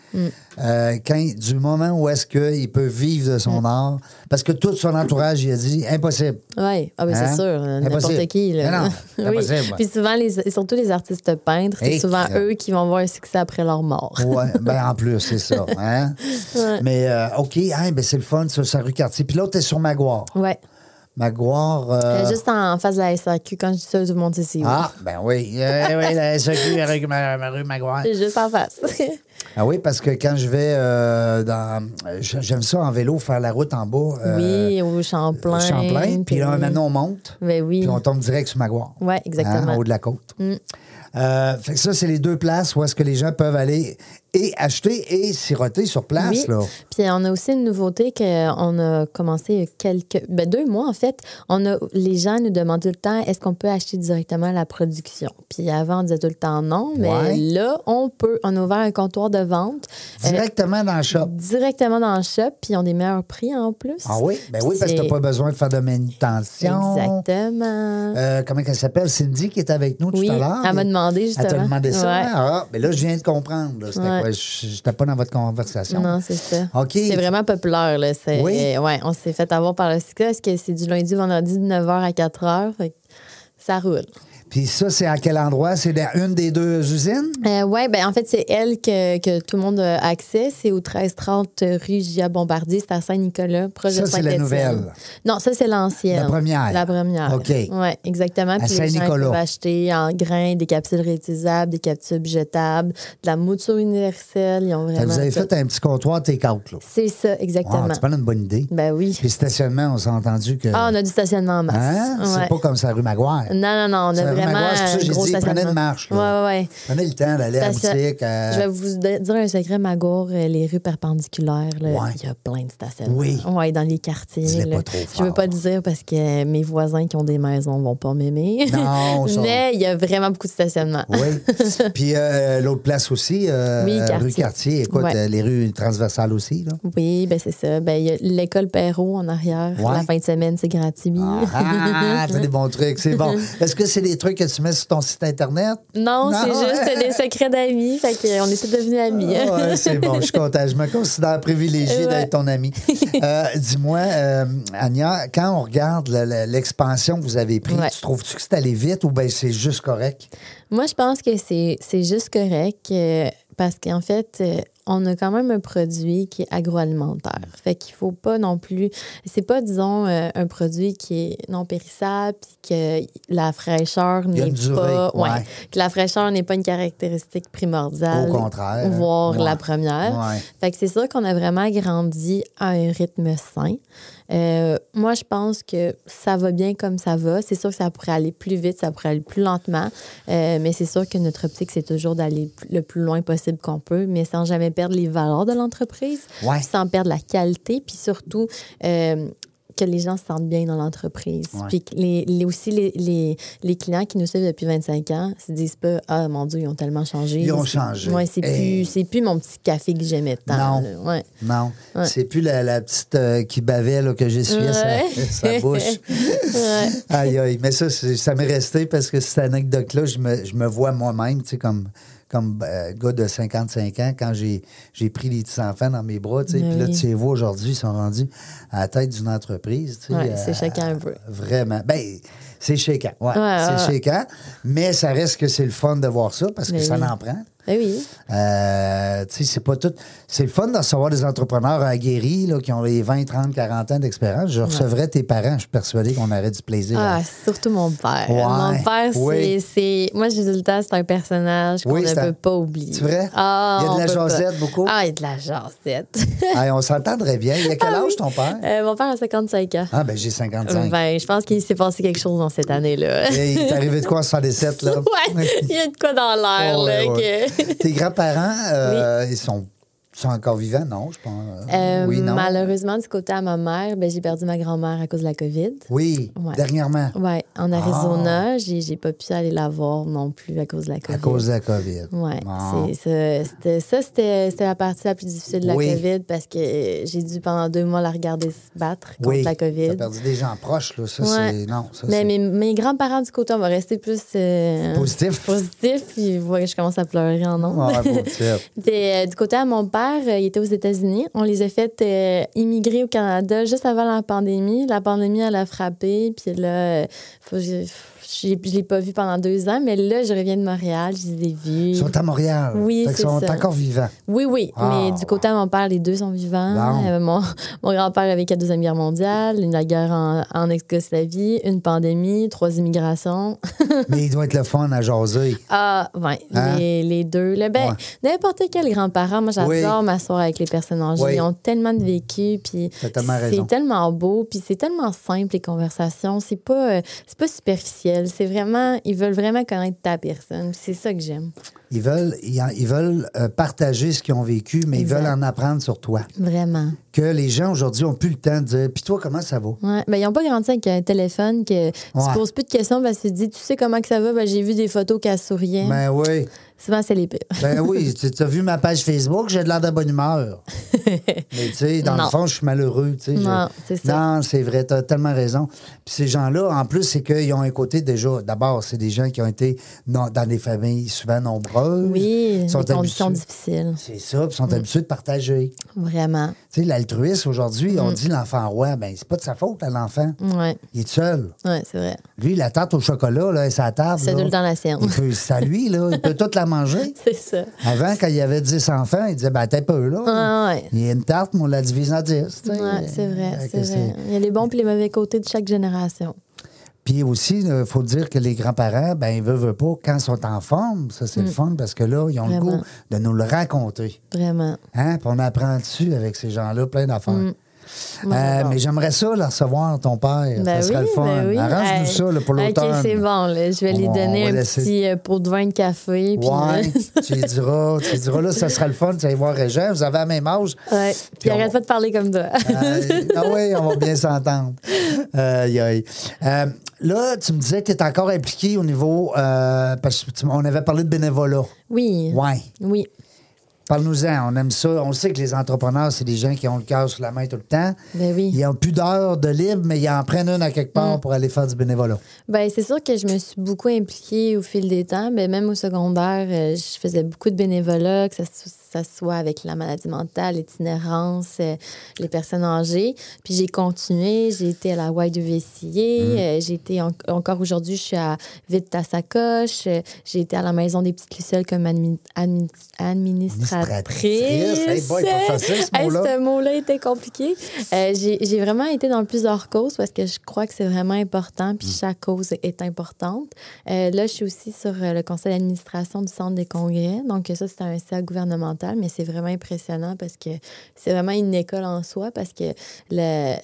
euh, quand- du moment où est-ce qu'il peut vivre de Mm. son art, parce que tout son entourage, il a dit impossible. Oui, ah, Hein? ben, c'est sûr, euh, Impossible. n'importe qui. là. Mais non, c'est Oui. impossible. Puis souvent, les, surtout les artistes peintres, c'est Et souvent que- eux qui vont avoir un succès après leur mort. Ouais, ben en plus, c'est ça. Hein? Ouais. Mais euh, OK, hein, ben c'est le fun, ça, ça rue Cartier. Puis l'autre est sur Maguire. Ouais. Maguire. euh, Euh, Juste en face de la SAQ, quand je dis ça, tout le monde sait c'est où. Ah, ben oui. Euh, oui, la SAQ, la rue Ma- ma rue Maguire. C'est Juste en face. Ah oui, parce que quand je vais euh, dans. j'a- J'aime ça en vélo, faire la route en bas. euh, oui, au Champlain. Champlain. Puis là, maintenant, on monte. Ben oui. Puis on tombe Hein, direct sur Maguire. Ouais, exactement. en Mm. haut de la côte. Euh, fait que ça, c'est les deux places où est-ce que les gens peuvent aller et acheter et siroter sur place. Oui. Là. Puis on a aussi une nouveauté qu'on a commencé quelques. Ben deux mois, en fait. On a, les gens nous demandent tout le temps est-ce qu'on peut acheter directement la production Puis avant, on disait tout le temps non. Mais Ouais. là, on peut. On a ouvert un comptoir de vente euh, Directement dans le shop. directement dans le shop. Puis on des meilleurs prix en plus. Ah oui? Ben oui, parce que C'est- t'as pas besoin de faire de manutention. Exactement. Euh, comment elle s'appelle? Cindy qui est avec nous oui, tout à l'heure. elle m'a demandé Elle justement. t'a demandé ça? Ouais. Ah, mais là, je viens de comprendre. là. C'était Ouais. quoi? Je- J'étais pas dans votre conversation. Non, c'est ça. OK. C'est vraiment populaire. Là. C'est- Oui. euh, ouais, on s'est fait avoir par le succès. Est-ce que c'est du lundi au vendredi de 9h à 4h? Fait que ça roule. Puis ça, c'est à quel endroit? C'est dans une des deux usines? Euh, ouais, ben en fait, c'est elle que, que tout le monde a accès. C'est au 1330 rue Gia Bombardier. C'est à Saint-Nicolas, proche Ça, de c'est la Saint-Étienne. nouvelle. Non, ça, c'est l'ancienne. La première. La première. OK. Ouais, exactement. Puis les gens Saint-Nicolas. peuvent acheter en grains des capsules réutilisables, des capsules jetables, de la mouture universelle. Ils ont Fait que vraiment. vous avez tout. fait un petit comptoir take-out. là. C'est ça, Wow, exactement. tu parles d'une bonne idée. Ben oui. Puis stationnement, on s'est entendu que. Ah, on a du stationnement en masse. Hein? Ouais. C'est pas comme sa rue Maguire. Non, non, non, on C'est a la rue vraiment Maguire, c'est pour ça un que j'ai gros dit, stationnement. prenez une marche, Ouais, là. ouais, ouais. Prenez le temps d'aller à la Station- boutique. euh, Je vais vous de- dire un secret, Magour, euh, les rues perpendiculaires, là, Ouais. il y a plein de stationnements. Oui. Ouais, dans les quartiers. Dis-le là. pas trop Je veux fort. pas te dire parce que mes voisins qui ont des maisons vont pas m'aimer. Non, ça- Mais il y a vraiment beaucoup de stationnements. Oui. Puis euh, l'autre place aussi, euh, Oui, Cartier. rue Cartier. Écoute, Ouais. euh, les rues transversales aussi. Là. Oui, ben c'est ça. Ben, il y a l'école Perrault en arrière. Ouais. La fin de semaine, c'est gratuit. Ah, t'as des bons trucs, c'est bon. Est-ce que c'est des trucs que tu mets sur ton site Internet? non, c'est Non. juste des secrets d'amis. Fait qu'on est tous devenus amis. Ah ouais, c'est bon, je suis content. Je me considère privilégié Ouais. d'être ton ami. Euh, Dis-moi, euh, Anya, quand on regarde le- le- l'expansion que vous avez prise, Ouais. tu trouves-tu que c'est allé vite ou bien c'est juste correct? Moi, je pense que c'est c'est juste correct euh, parce qu'en fait, euh, on a quand même un produit qui est agroalimentaire. Fait qu'il faut pas non plus. C'est pas, disons, euh, un produit qui est non périssable puis que la fraîcheur Il y a n'est une durée, pas. ouais, ouais. que la fraîcheur n'est pas une caractéristique primordiale. Au contraire, Voire ouais. la première. Ouais. Fait que c'est sûr qu'on a vraiment grandi à un rythme sain. Euh, moi, je pense que ça va bien comme ça va. C'est sûr que ça pourrait aller plus vite, ça pourrait aller plus lentement. Euh, mais c'est sûr que notre optique, c'est toujours d'aller p- le plus loin possible qu'on peut, mais sans jamais perdre les valeurs de l'entreprise, Ouais. puis sans perdre la qualité, puis surtout. euh, que les gens se sentent bien dans l'entreprise. Ouais. Puis que les, les- aussi, les, les, les clients qui nous suivent depuis 25 ans se disent pas Ah mon Dieu, ils ont tellement changé. Ils ont changé. Ouais, c'est Hey. plus, c'est plus mon petit café que j'aimais tant. Non. là. Ouais. Non, Ouais. c'est plus la, la petite euh, qui bavait là, que j'essuyais Ouais. sa, sa bouche. Ouais. Aïe, aïe. Mais ça, c'est- ça m'est resté parce que cette anecdote-là, je me, je me vois moi-même, tu sais, comme, comme euh, gars de 55 ans, quand j'ai j'ai pris les petits-enfants dans mes bras, tu sais. Ben Puis là, oui. tu les vois aujourd'hui, ils sont rendus à la tête d'une entreprise, tu sais. Ouais, c'est euh, chacun un peu. Vraiment. Ben, c'est shaken, ouais. Ouais, c'est ouais. shaken. Mais ça reste que c'est le fun de voir ça parce que Ben ça oui. en prend. Ben oui. Euh, tu sais, c'est pas tout. C'est le fun de recevoir des entrepreneurs aguerris là, qui ont les 20, 30, 40 ans d'expérience. Je recevrais tes parents, je suis persuadé qu'on aurait du plaisir. à- Ah, surtout mon père. Ouais. Mon père, c'est- Oui. c'est. Moi, je dis tout le temps, c'est un personnage qu'on Oui, ne c'est un- peut pas oublier. C'est vrai? Ah, Il y a de on la peut pas. jasette, beaucoup? Ah, il y a de la jasette. Hey, on s'entendrait bien. Il y a quel âge ton père? Euh, mon père a 55 ans. Ah, ben j'ai 55. Ben, je pense qu'il s'est passé quelque chose dans cette année-là. Hey, il t'est arrivé de quoi en 77, là? ouais, il y a de quoi dans l'air, Oh, ouais, Ah, là. ouais. que- Tes grands-parents, euh, ils sont Ils sont encore vivants? Non, je pense. Euh, oui, non. Malheureusement, du côté à ma mère, ben, j'ai perdu ma grand-mère à cause de la COVID. Oui, Ouais. dernièrement, Ouais, Ah. en Arizona, j'ai j'ai pas pu aller la voir non plus à cause de la COVID. à cause Ah. de la COVID. Ouais, Bon. c'est- c'est- c'était- ça, c'était c'était la partie la plus difficile de la Oui. COVID parce que euh, j'ai dû pendant deux mois la regarder se battre contre oui, la t'as COVID. perdu des gens proches, là. Ça, Ouais. c'est... Non, ça, Mais c'est... mes, mes grands-parents du côté, on va rester plus euh, Positif. Ah, positif, Puis ouais, je commence à pleurer en nombre. Ouais, bon, tu sais. euh, du côté à mon père, euh, il était aux États-Unis. On les a fait euh, immigrer au Canada juste avant la pandémie. La pandémie, elle a frappé. Puis là, euh, faut- j'ai- j'ai- je l'ai pas vu pendant deux ans, mais là, je reviens de Montréal, je les ai vus. Ils sont à Montréal. Oui, Fait qu'ils c'est sont ça. encore vivants. Oui, oui. Ah, mais du côté à mon père, les deux sont vivants. Bon. Euh, mon mon grand-père a vécu la Deuxième Guerre mondiale, une- la guerre en, en ex-Yougoslavie, une pandémie, trois immigrations. Mais il doit être le fun à jaser. Ah, ouais, Hein? les, les deux. Là, ben, Ouais. N'importe quel grand-parent, moi, j'adore Oui. m'asseoir avec les personnes âgées. Oui. Ils ont tellement de vécu, puis T'as tellement raison. c'est tellement beau, puis c'est tellement simple, les conversations. C'est pas, euh, c'est pas superficiel. C'est vraiment, ils veulent vraiment connaître ta personne. puis C'est ça que j'aime. Ils veulent, ils, en- ils veulent euh, partager ce qu'ils ont vécu, mais Exact. ils veulent en apprendre sur toi. Vraiment. Que les gens aujourd'hui ont plus le temps de dire Puis toi, comment ça va? Ouais, ben, ils n'ont pas grandi avec un téléphone que Ouais. tu poses plus de questions parce que tu te dis, tu sais comment que ça va, ben, j'ai vu des photos qu'elle souriait. Ben oui. Souvent, c'est les pires. Ben oui, tu as vu ma page Facebook, j'ai de l'air de bonne humeur. Mais tu sais, dans le Non. fond, je suis malheureux. tu sais, je- Non, c'est ça. Non, c'est vrai, tu as tellement raison. Puis ces gens-là, en plus, c'est qu'ils ont un côté déjà. D'abord, c'est des gens qui ont été non- dans des familles souvent nombreuses. Oui, Sont des conditions Mm. habitués. difficiles. C'est ça, puis sont habitués de partager. Vraiment. Tu sais, l'altruisme, aujourd'hui, Mm. on dit l'enfant roi, ben c'est pas de sa faute à l'enfant. Ouais, Il est seul. ouais c'est vrai. Lui, la tarte au chocolat, là, sa table. Ça là, dans la sienne. il peut- C'est à lui, là. Il peut toute la manger. c'est ça. Avant, quand il y avait 10 enfants, il disait, ben, t'es peu, là. Ah, ouais. Il y a une tarte, mais on la divise en 10. tu sais. Ouais, c'est Fait vrai, que c'est vrai. Il y a les bons et les mauvais côtés de chaque génération. Puis aussi, il faut dire que les grands-parents, ben, ils veulent, veulent pas, quand ils sont en forme, ça, c'est le fun, parce que là, ils ont le Mm. Vraiment. goût de nous le raconter. Vraiment. Hein? Puis on apprend dessus avec ces gens-là, plein d'affaires. Mm. Moi, Euh, j'adore. mais j'aimerais ça, le recevoir, ton père. Ben ça serait oui, le fun. ben oui. Arrange-nous Hey. ça là, pour l'automne. OK, c'est bon. là. Je vais lui On- on donner va un laisser- petit euh, pot de vin de café. puis- euh, Ouais, tu lui diras, tu lui diras, là, ça sera le fun, tu vas voir Régent, vous avez le même âge. Ouais. Puis on- arrête pas de parler comme toi. Euh, ah oui, on va bien s'entendre. Aïe, aïe. Euh, là, tu me disais que tu es encore impliqué au niveau. euh, parce que tu- on avait parlé de bénévolat. Oui. Ouais. Oui. Parle-nous-en, on aime ça. On sait que les entrepreneurs, c'est des gens qui ont le cœur sur la main tout le temps. Ben oui. Mm. Ils ont plus d'heures de libre, mais ils en prennent une à quelque part pour aller faire du bénévolat. Ben, c'est sûr que je me suis beaucoup impliquée au fil des temps. Ben, même au secondaire, euh, je faisais beaucoup de bénévolat, que ça, so- ça soit avec la maladie mentale, l'itinérance, euh, les personnes âgées. Puis j'ai continué, j'ai été à la YWCA, Mmh. euh, j'ai été en- encore aujourd'hui, je suis à Vite ta sacoche, euh, j'ai été à la Maison des Petites Lucioles comme admi- admi- administratrice. Hey boy, pas facile, ce Hey, mot-là. ce mot-là Euh, était compliqué. Euh, j'ai j'ai vraiment été dans plusieurs causes parce que je crois que c'est vraiment important, Mm. puis chaque cause est importante. Euh, là, je suis aussi sur euh, le conseil d'administration du Centre des congrès. Donc, ça, c'est un CA gouvernemental, mais c'est vraiment impressionnant parce que c'est vraiment une école en soi parce que le-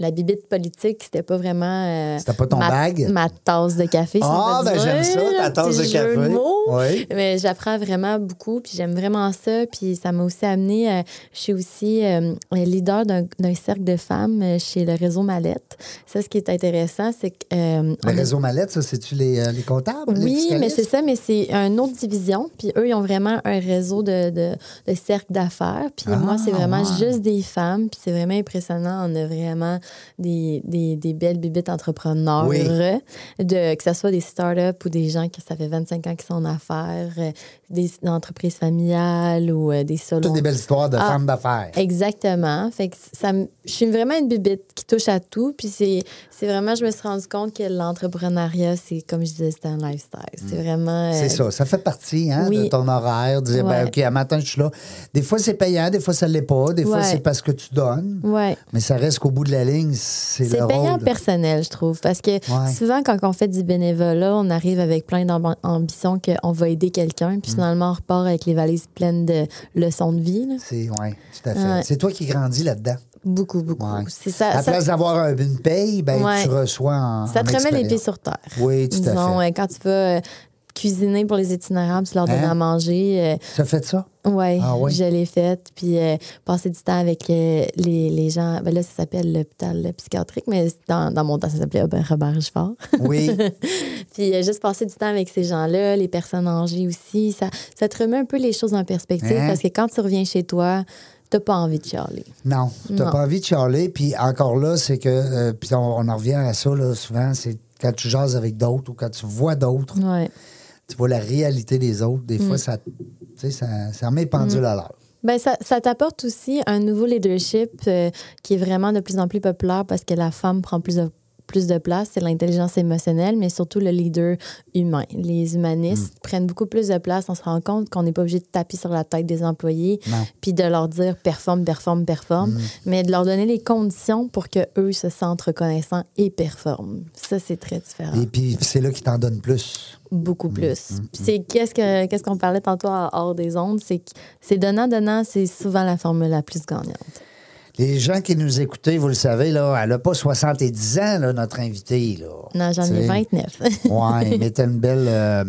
La bibite politique, c'était pas vraiment. euh, C'était pas ton ma, bag? Ma tasse de café. si on Ah, peut ben, dire, j'aime ça, ta un tasse de petit jeu café. mots. Oui. Mais j'apprends vraiment beaucoup, puis j'aime vraiment ça. Puis ça m'a aussi amené, euh, je suis aussi euh, leader d'un d'un cercle de femmes euh, chez le réseau Mallette. Ça, ce qui est intéressant, c'est que. euh, on Le est- réseau Mallette, ça, c'est-tu les, euh, les comptables? les oui, mais fiscalistes? c'est ça, mais c'est une autre division. Puis eux, ils ont vraiment un réseau de, de, de cercles d'affaires. Puis Ah, moi, c'est vraiment ouais. juste des femmes. Puis c'est vraiment impressionnant. On a vraiment des, des, des belles bibites entrepreneurs, Oui. de, que ce soit des startups ou des gens qui, ça fait 25 ans qu'ils sont en affaires, euh, des entreprises familiales ou euh, des Toutes salons. des belles histoires de Ah. femmes d'affaires. Exactement. Fait que ça, me- je suis vraiment une bibite qui touche à tout. Puis c'est, c'est vraiment, je me suis rendu compte que l'entrepreneuriat, c'est comme je disais, c'est un lifestyle. C'est vraiment. euh, Mm. C'est ça, ça fait partie hein, oui. de ton horaire. Dire, ben, Ouais. OK, à matin, je suis là. Des fois, c'est payant, des fois, ça ne l'est pas. Des fois, Ouais. c'est parce que tu donnes. Ouais. Mais ça reste qu'au bout de la ligne, c'est le C'est payant rôle. personnel, je trouve. Parce que Ouais. souvent, quand on fait du bénévolat, on arrive avec plein d'ambitions qu'on va aider quelqu'un. Mm. Puis finalement, on repart avec les valises pleines de leçons de vie. là. C'est ouais, tout à fait. Ouais. C'est toi qui grandis là-dedans. Beaucoup, beaucoup. Ouais. C'est ça. à ça- place d'avoir un- une paye, ben, Ouais. tu reçois en. Ça en te remet les expérience. pieds sur terre. Oui, tout à Disons, fait. euh, quand tu vas. euh, cuisiner pour les itinérables, tu leur donnes Hein? à manger. euh, Tu as fait ça? Ouais, Ah oui? je l'ai faite. Puis euh, passer du temps avec euh, les, les gens. Ben là, ça s'appelle l'hôpital euh, psychiatrique, mais dans, dans mon temps, ça s'appelait Robert- Robert Richard. Oui. Puis euh, juste passer du temps avec ces gens-là, les personnes âgées aussi, ça, ça te remet un peu les choses en perspective Hein? parce que quand tu reviens chez toi, t'as pas envie de chialer. Non, t'as Non. pas envie de charler. Puis encore là, c'est que. euh, puis on, on en revient à ça, là, souvent, c'est quand tu jases avec d'autres ou quand tu vois d'autres, Ouais. tu vois la réalité des autres. Des Mm. fois, ça, tu sais, ça, ça remet le pendule à l'heure. Ben ça, ça t'apporte aussi un nouveau leadership euh, qui est vraiment de plus en plus populaire parce que la femme prend plus de, plus de place, c'est l'intelligence émotionnelle, mais surtout le leader humain. Les humanistes Hmm. prennent beaucoup plus de place. On se rend compte qu'on n'est pas obligé de taper sur la tête des employés Non. Hmm. puis de leur dire performe, performe, performe, mais de leur donner les conditions pour que eux se sentent reconnaissants et performent. Ça, c'est très différent. Et puis, c'est là qu'ils t'en donnent plus. Beaucoup plus. Mm-hmm. Puis c'est qu'est-ce que qu'est-ce qu'on parlait tantôt à- hors des ondes, c'est que c'est donnant donnant, c'est souvent la formule la plus gagnante. Les gens qui nous écoutaient, vous le savez, là, elle n'a pas 70 ans, là, notre invitée. Là. Non, j'en ai T'sais. 29. Oui, mais tu une belle, euh,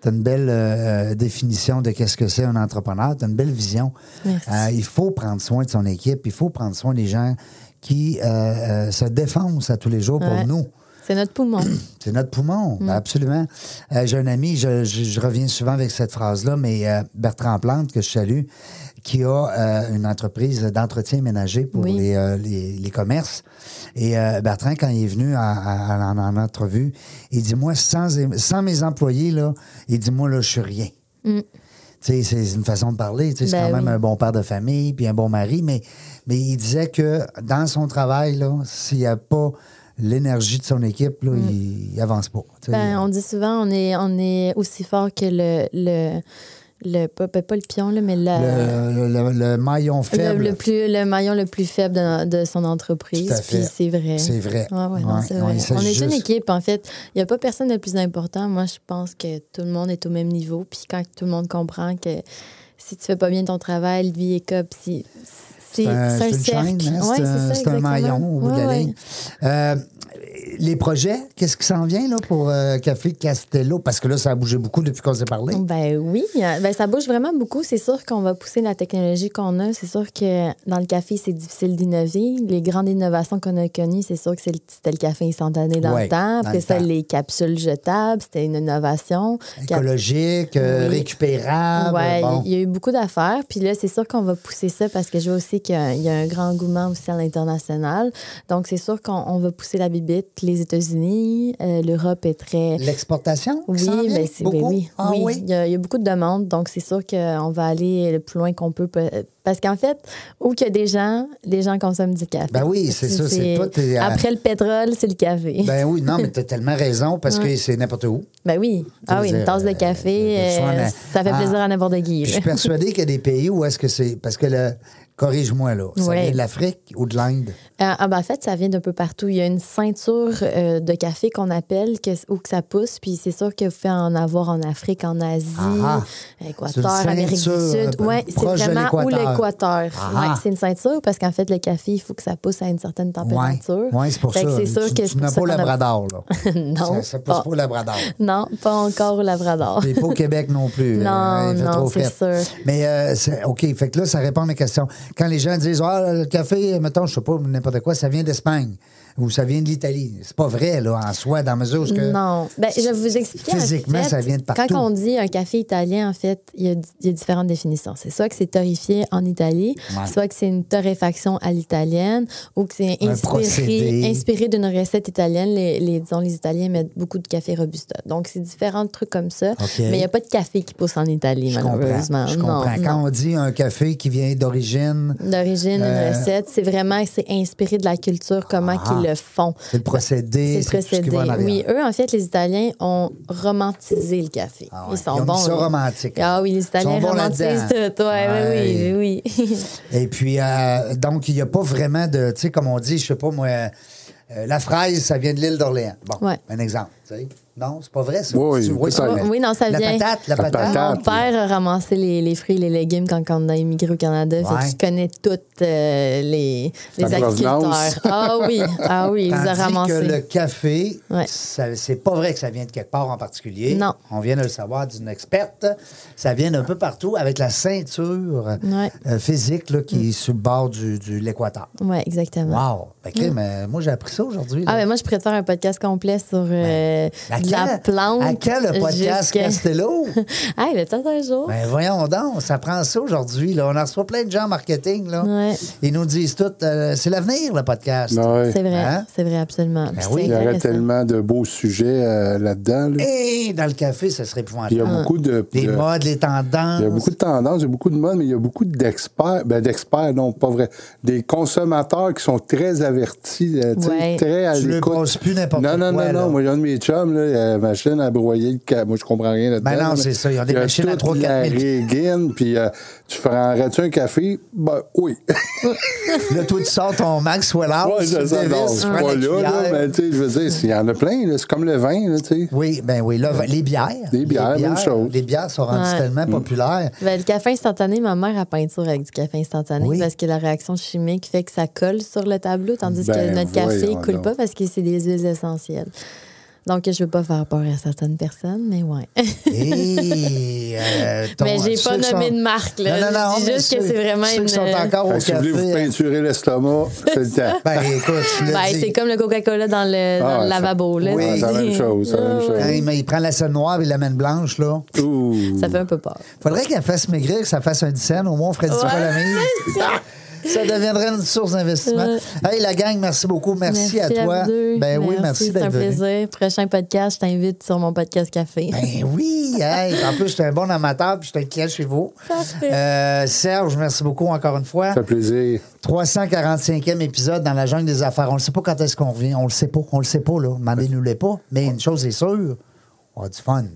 t'as une belle euh, euh, définition de qu'est-ce que c'est un entrepreneur. Tu une belle vision. Merci. Euh, il faut prendre soin de son équipe. Il faut prendre soin des gens qui euh, euh, se défoncent à tous les jours pour Ouais. nous. c'est notre poumon. C'est notre poumon, Mm. ben absolument. Euh, J'ai un ami, je, je- je reviens souvent avec cette phrase-là, mais euh, Bertrand Plante, que je salue, qui a euh, une entreprise d'entretien ménager pour Oui. les, euh, les- les commerces. Et euh, Bertrand, quand il est venu à- à- à- en, en entrevue, il dit, moi, sans, sans mes employés, là, il dit, moi, là, je suis rien. Tu sais, c'est une façon de parler. tu sais, C'est Mm. Ben quand même oui. un bon père de famille puis un bon mari. Mais, mais il disait que dans son travail, là, s'il n'y a pas l'énergie de son équipe, là, il n'avance pas. tu sais. Mm. Ben, on dit souvent on est on est aussi fort que le le, le pas, ben, pas le pion là, mais la- le, le- le- le maillon le, faible. le plus le maillon le plus faible de, de son Tout à entreprise. fait. Puis c'est vrai. C'est vrai. Ouais, Ah ouais, non, Ouais, c'est on vrai. essaie On est une juste- équipe, en fait. Il n'y a pas personne de plus important. Moi, je pense que tout le monde est au même niveau. Puis quand tout le monde comprend que si tu fais pas bien ton travail, lui et cop, si. C'est C'est un- c'est un c'est une cercle. chaîne, hein, Ouais, c'est un, ça, c'est un exactement. maillon au bout de Ouais, la ouais. ligne. Euh, les projets, qu'est-ce qui s'en vient là, pour euh, Café Castello? Parce que là, ça a bougé beaucoup depuis qu'on s'est parlé. Ben oui, ben ça bouge vraiment beaucoup. C'est sûr qu'on va pousser la technologie qu'on a. C'est sûr que dans le café, c'est difficile d'innover. Les grandes innovations qu'on a connues, c'est sûr que c'est le- c'était le café instantané dans Ouais, le temps. dans Après le ça, temps. les capsules jetables, c'était une innovation. Cap- Écologique, euh, Oui. récupérable. Ouais, Ah, ben bon. il y a eu beaucoup d'affaires. Puis là, c'est sûr qu'on va pousser ça parce que je vois aussi qu'il y a un- il y a un grand engouement aussi à l'international. Donc, c'est sûr qu'on on va pousser la bibite. Les États-Unis, euh, l'Europe est très. L'exportation? qui Oui, s'en vient? ben c'est- ben Beaucoup? oui, Ah oui. oui? Il, y a, il y a beaucoup de demandes, donc c'est sûr qu'on va aller le plus loin qu'on peut. pe- Parce qu'en fait, où qu'il y a des gens, les gens consomment du café. Ben oui, c'est ça, c'est toi, t'es à- Après le pétrole, c'est le café. Ben Ben, oui, non, mais t'as tellement raison parce que Ouais. c'est n'importe où. oui. Ah veux oui, dire, une tasse euh, de café, euh, soit euh, en- ça fait en- plaisir à n'importe qui. Puis je suis là. persuadé qu'il y a des pays où est-ce que c'est. Parce que le. Corrige-moi, là. Ça Ouais. vient de l'Afrique ou de l'Inde? Euh, ah ben, en fait, ça vient d'un peu partout. Il y a une ceinture euh, de café qu'on appelle que, où que ça pousse. Puis c'est sûr que vous pouvez en avoir en Afrique, en Asie, Ah Équateur, C'est une Amérique du ceinture, Sud. euh, Ouais, c'est proche de vraiment où l'équateur. l'équateur. Ah Ouais, c'est une ceinture parce qu'en fait, le café, il faut que ça pousse à une certaine température. Oui, c'est pour Fait que ça. C'est sûr tu que tu c'est pour n'as ça pas au qu'on a- Labrador, là. Non, Ah. Ça, ça pousse pas- pas au Labrador. non, pas encore au Labrador. Et pas au Québec non plus. Non, Euh, il fait non, trop c'est frais. sûr. Mais, euh, c'est- OK, fait que là, ça répond à mes questions. Quand les gens disent, ah, le café, mettons, je sais pas, n'importe quoi, ça vient d'Espagne ou ça vient de l'Italie. C'est pas vrai, là, en soi, dans la mesure où. ce que- Non. Ben, je vais vous expliquer. en Physiquement, fait, ça vient de partout. Quand on dit un café italien, en fait, il y a, il y a différentes définitions. C'est soit que c'est torréfié en Italie, Ouais. soit que c'est une torréfaction à l'italienne, ou que c'est Un inspiré, procédé. inspiré d'une recette italienne. Les, les- disons, les Italiens mettent beaucoup de café robusta. Donc, c'est différents trucs comme ça. OK. Mais il n'y a pas de café qui pousse en Italie, Je malheureusement. comprends. Je Non, comprends. non. Quand on dit un café qui vient d'origine, D'origine, Euh, une recette, c'est vraiment, c'est inspiré de la culture, comment Ah. qu'ils le font. c'est le procédé, C'est c'est le tout ce qui va en procédé. arrière. Oui, eux, en fait, les Italiens ont romantisé le café. Ah ouais. Ils sont Ils ont mis bons. ça là. romantique. Ah oui, les Italiens Ils sont bons romantisent là-dedans. tout. Ouais, Ouais. ouais, Oui, oui, oui. Et puis, euh, donc, il n'y a pas vraiment de, tu sais, comme on dit, je sais pas moi, euh, la fraise, ça vient de l'île d'Orléans. Bon, Ouais. un exemple, tu sais. Non, c'est pas vrai, ça. Oui, C'est- peut-être. mais- Oui, non, ça la vient. Patate, la La patate, patate. Mon père a ramassé les, les fruits et les légumes quand, quand on a immigré au Canada. Ouais. Fait qu'il connaît toutes euh, les, les La provenance. agriculteurs. Ah oui, ah oui, il les a Tandis ramassés. que le café, Ouais. ça- c'est pas vrai que ça vient de quelque part en particulier. Non. On vient de le savoir d'une experte. Ça vient d'un peu partout avec la ceinture Ouais. euh, physique là, qui est sur le bord du, de l'équateur. Oui, exactement. Wow! Ben, crime, euh, moi, j'ai appris ça aujourd'hui. là. Ah, mais moi, je pourrais te faire un podcast complet sur euh, Ben, À de la quand- plante. À quand le podcast jusqu'à- Castello? Ah, mais peut-être un jour. Ben voyons donc, ça prend ça aujourd'hui. là. On en reçoit plein de gens en marketing. Là. Ouais. Ils nous disent tout, euh, c'est l'avenir, le podcast. Ben Ouais. C'est vrai, Hein? c'est vrai, absolument. Puis oui, c'est Il y aurait intéressant. tellement de beaux sujets euh, là-dedans. là. Et Eh, dans le café, ça serait Il y a épouvantable. ah. beaucoup de. Les de- modes, les tendances. Il y a beaucoup de tendances, il y a beaucoup de modes, mais il y a beaucoup d'experts. Ben, d'experts, non, pas vrai. Des consommateurs qui sont très avertis, euh, tu sais, Ouais. très à Tu leur l'écoute. passes plus n'importe Non, non, quoi, non, là. non. Moi, j'ai un de mes chums, là, euh, machine à broyer le ca- Moi, je comprends rien là-dedans. Ben non, là, c'est mais ça. Ils ont des il y a machines à toute 3-4 000. La régine, puis euh, tu ferais-tu un café? Ben oui. Là, toi, tu sors ton Maxwell House. Ouais, tu je sais, non, dévisses, c'est tu prends pas ta là, là, cuillère. mais tu sais, je veux dire, il y en a plein, là, c'est comme le vin, là, tu sais. Oui, ben oui, là, les bières. Des bières, même chose. Les bières sont rendues Ouais. tellement Mm. populaires. Ben, le café instantané, ma mère a peinture avec du café instantané Oui. parce que la réaction chimique fait que ça colle sur le tableau, tandis Ben, que notre café voyons coule donc. pas parce que c'est des huiles essentielles. Donc, je veux pas faire peur à certaines personnes, mais ouais. Et, euh, ton- Mais j'ai ceux pas qui nommé sont- de marque, là. Non, non, non. Je dis mais juste que ceux- c'est vraiment ceux qui une- euh, sont encore au Fait que si vous voulez vous café. peinturer l'estomac, c'est le temps. Ben écoute, tu l'as Ben, dit. c'est comme le Coca-Cola dans le, dans Ah, le ça- lavabo, là. Ouais, Tu Ah, c'est la dis- même chose, c'est la même chose. Quand il, il prend la scène noire et la main blanche, là. Ouh. Ça fait un peu peur. Faudrait qu'elle fasse maigrir, que ça fasse un 10 cents. Au moins, on ferait du Ouais, Solomon. Ça deviendrait une source d'investissement. Hey, la gang, merci beaucoup. Merci, à toi. vous deux. Ben oui, merci C'est un d'être venu. plaisir. Prochain podcast, je t'invite sur mon podcast café. Ben oui, hey, en plus, je suis un bon amateur, puis je suis un client chez vous. Parfait. Euh, Serge, merci beaucoup encore une fois. Ça fait plaisir. 345e épisode dans la jungle des affaires. On ne sait pas quand est-ce qu'on revient. On le sait pas. On le sait pas, là. Demandez-nous-les pas. Mais une chose est sûre, on a du fun.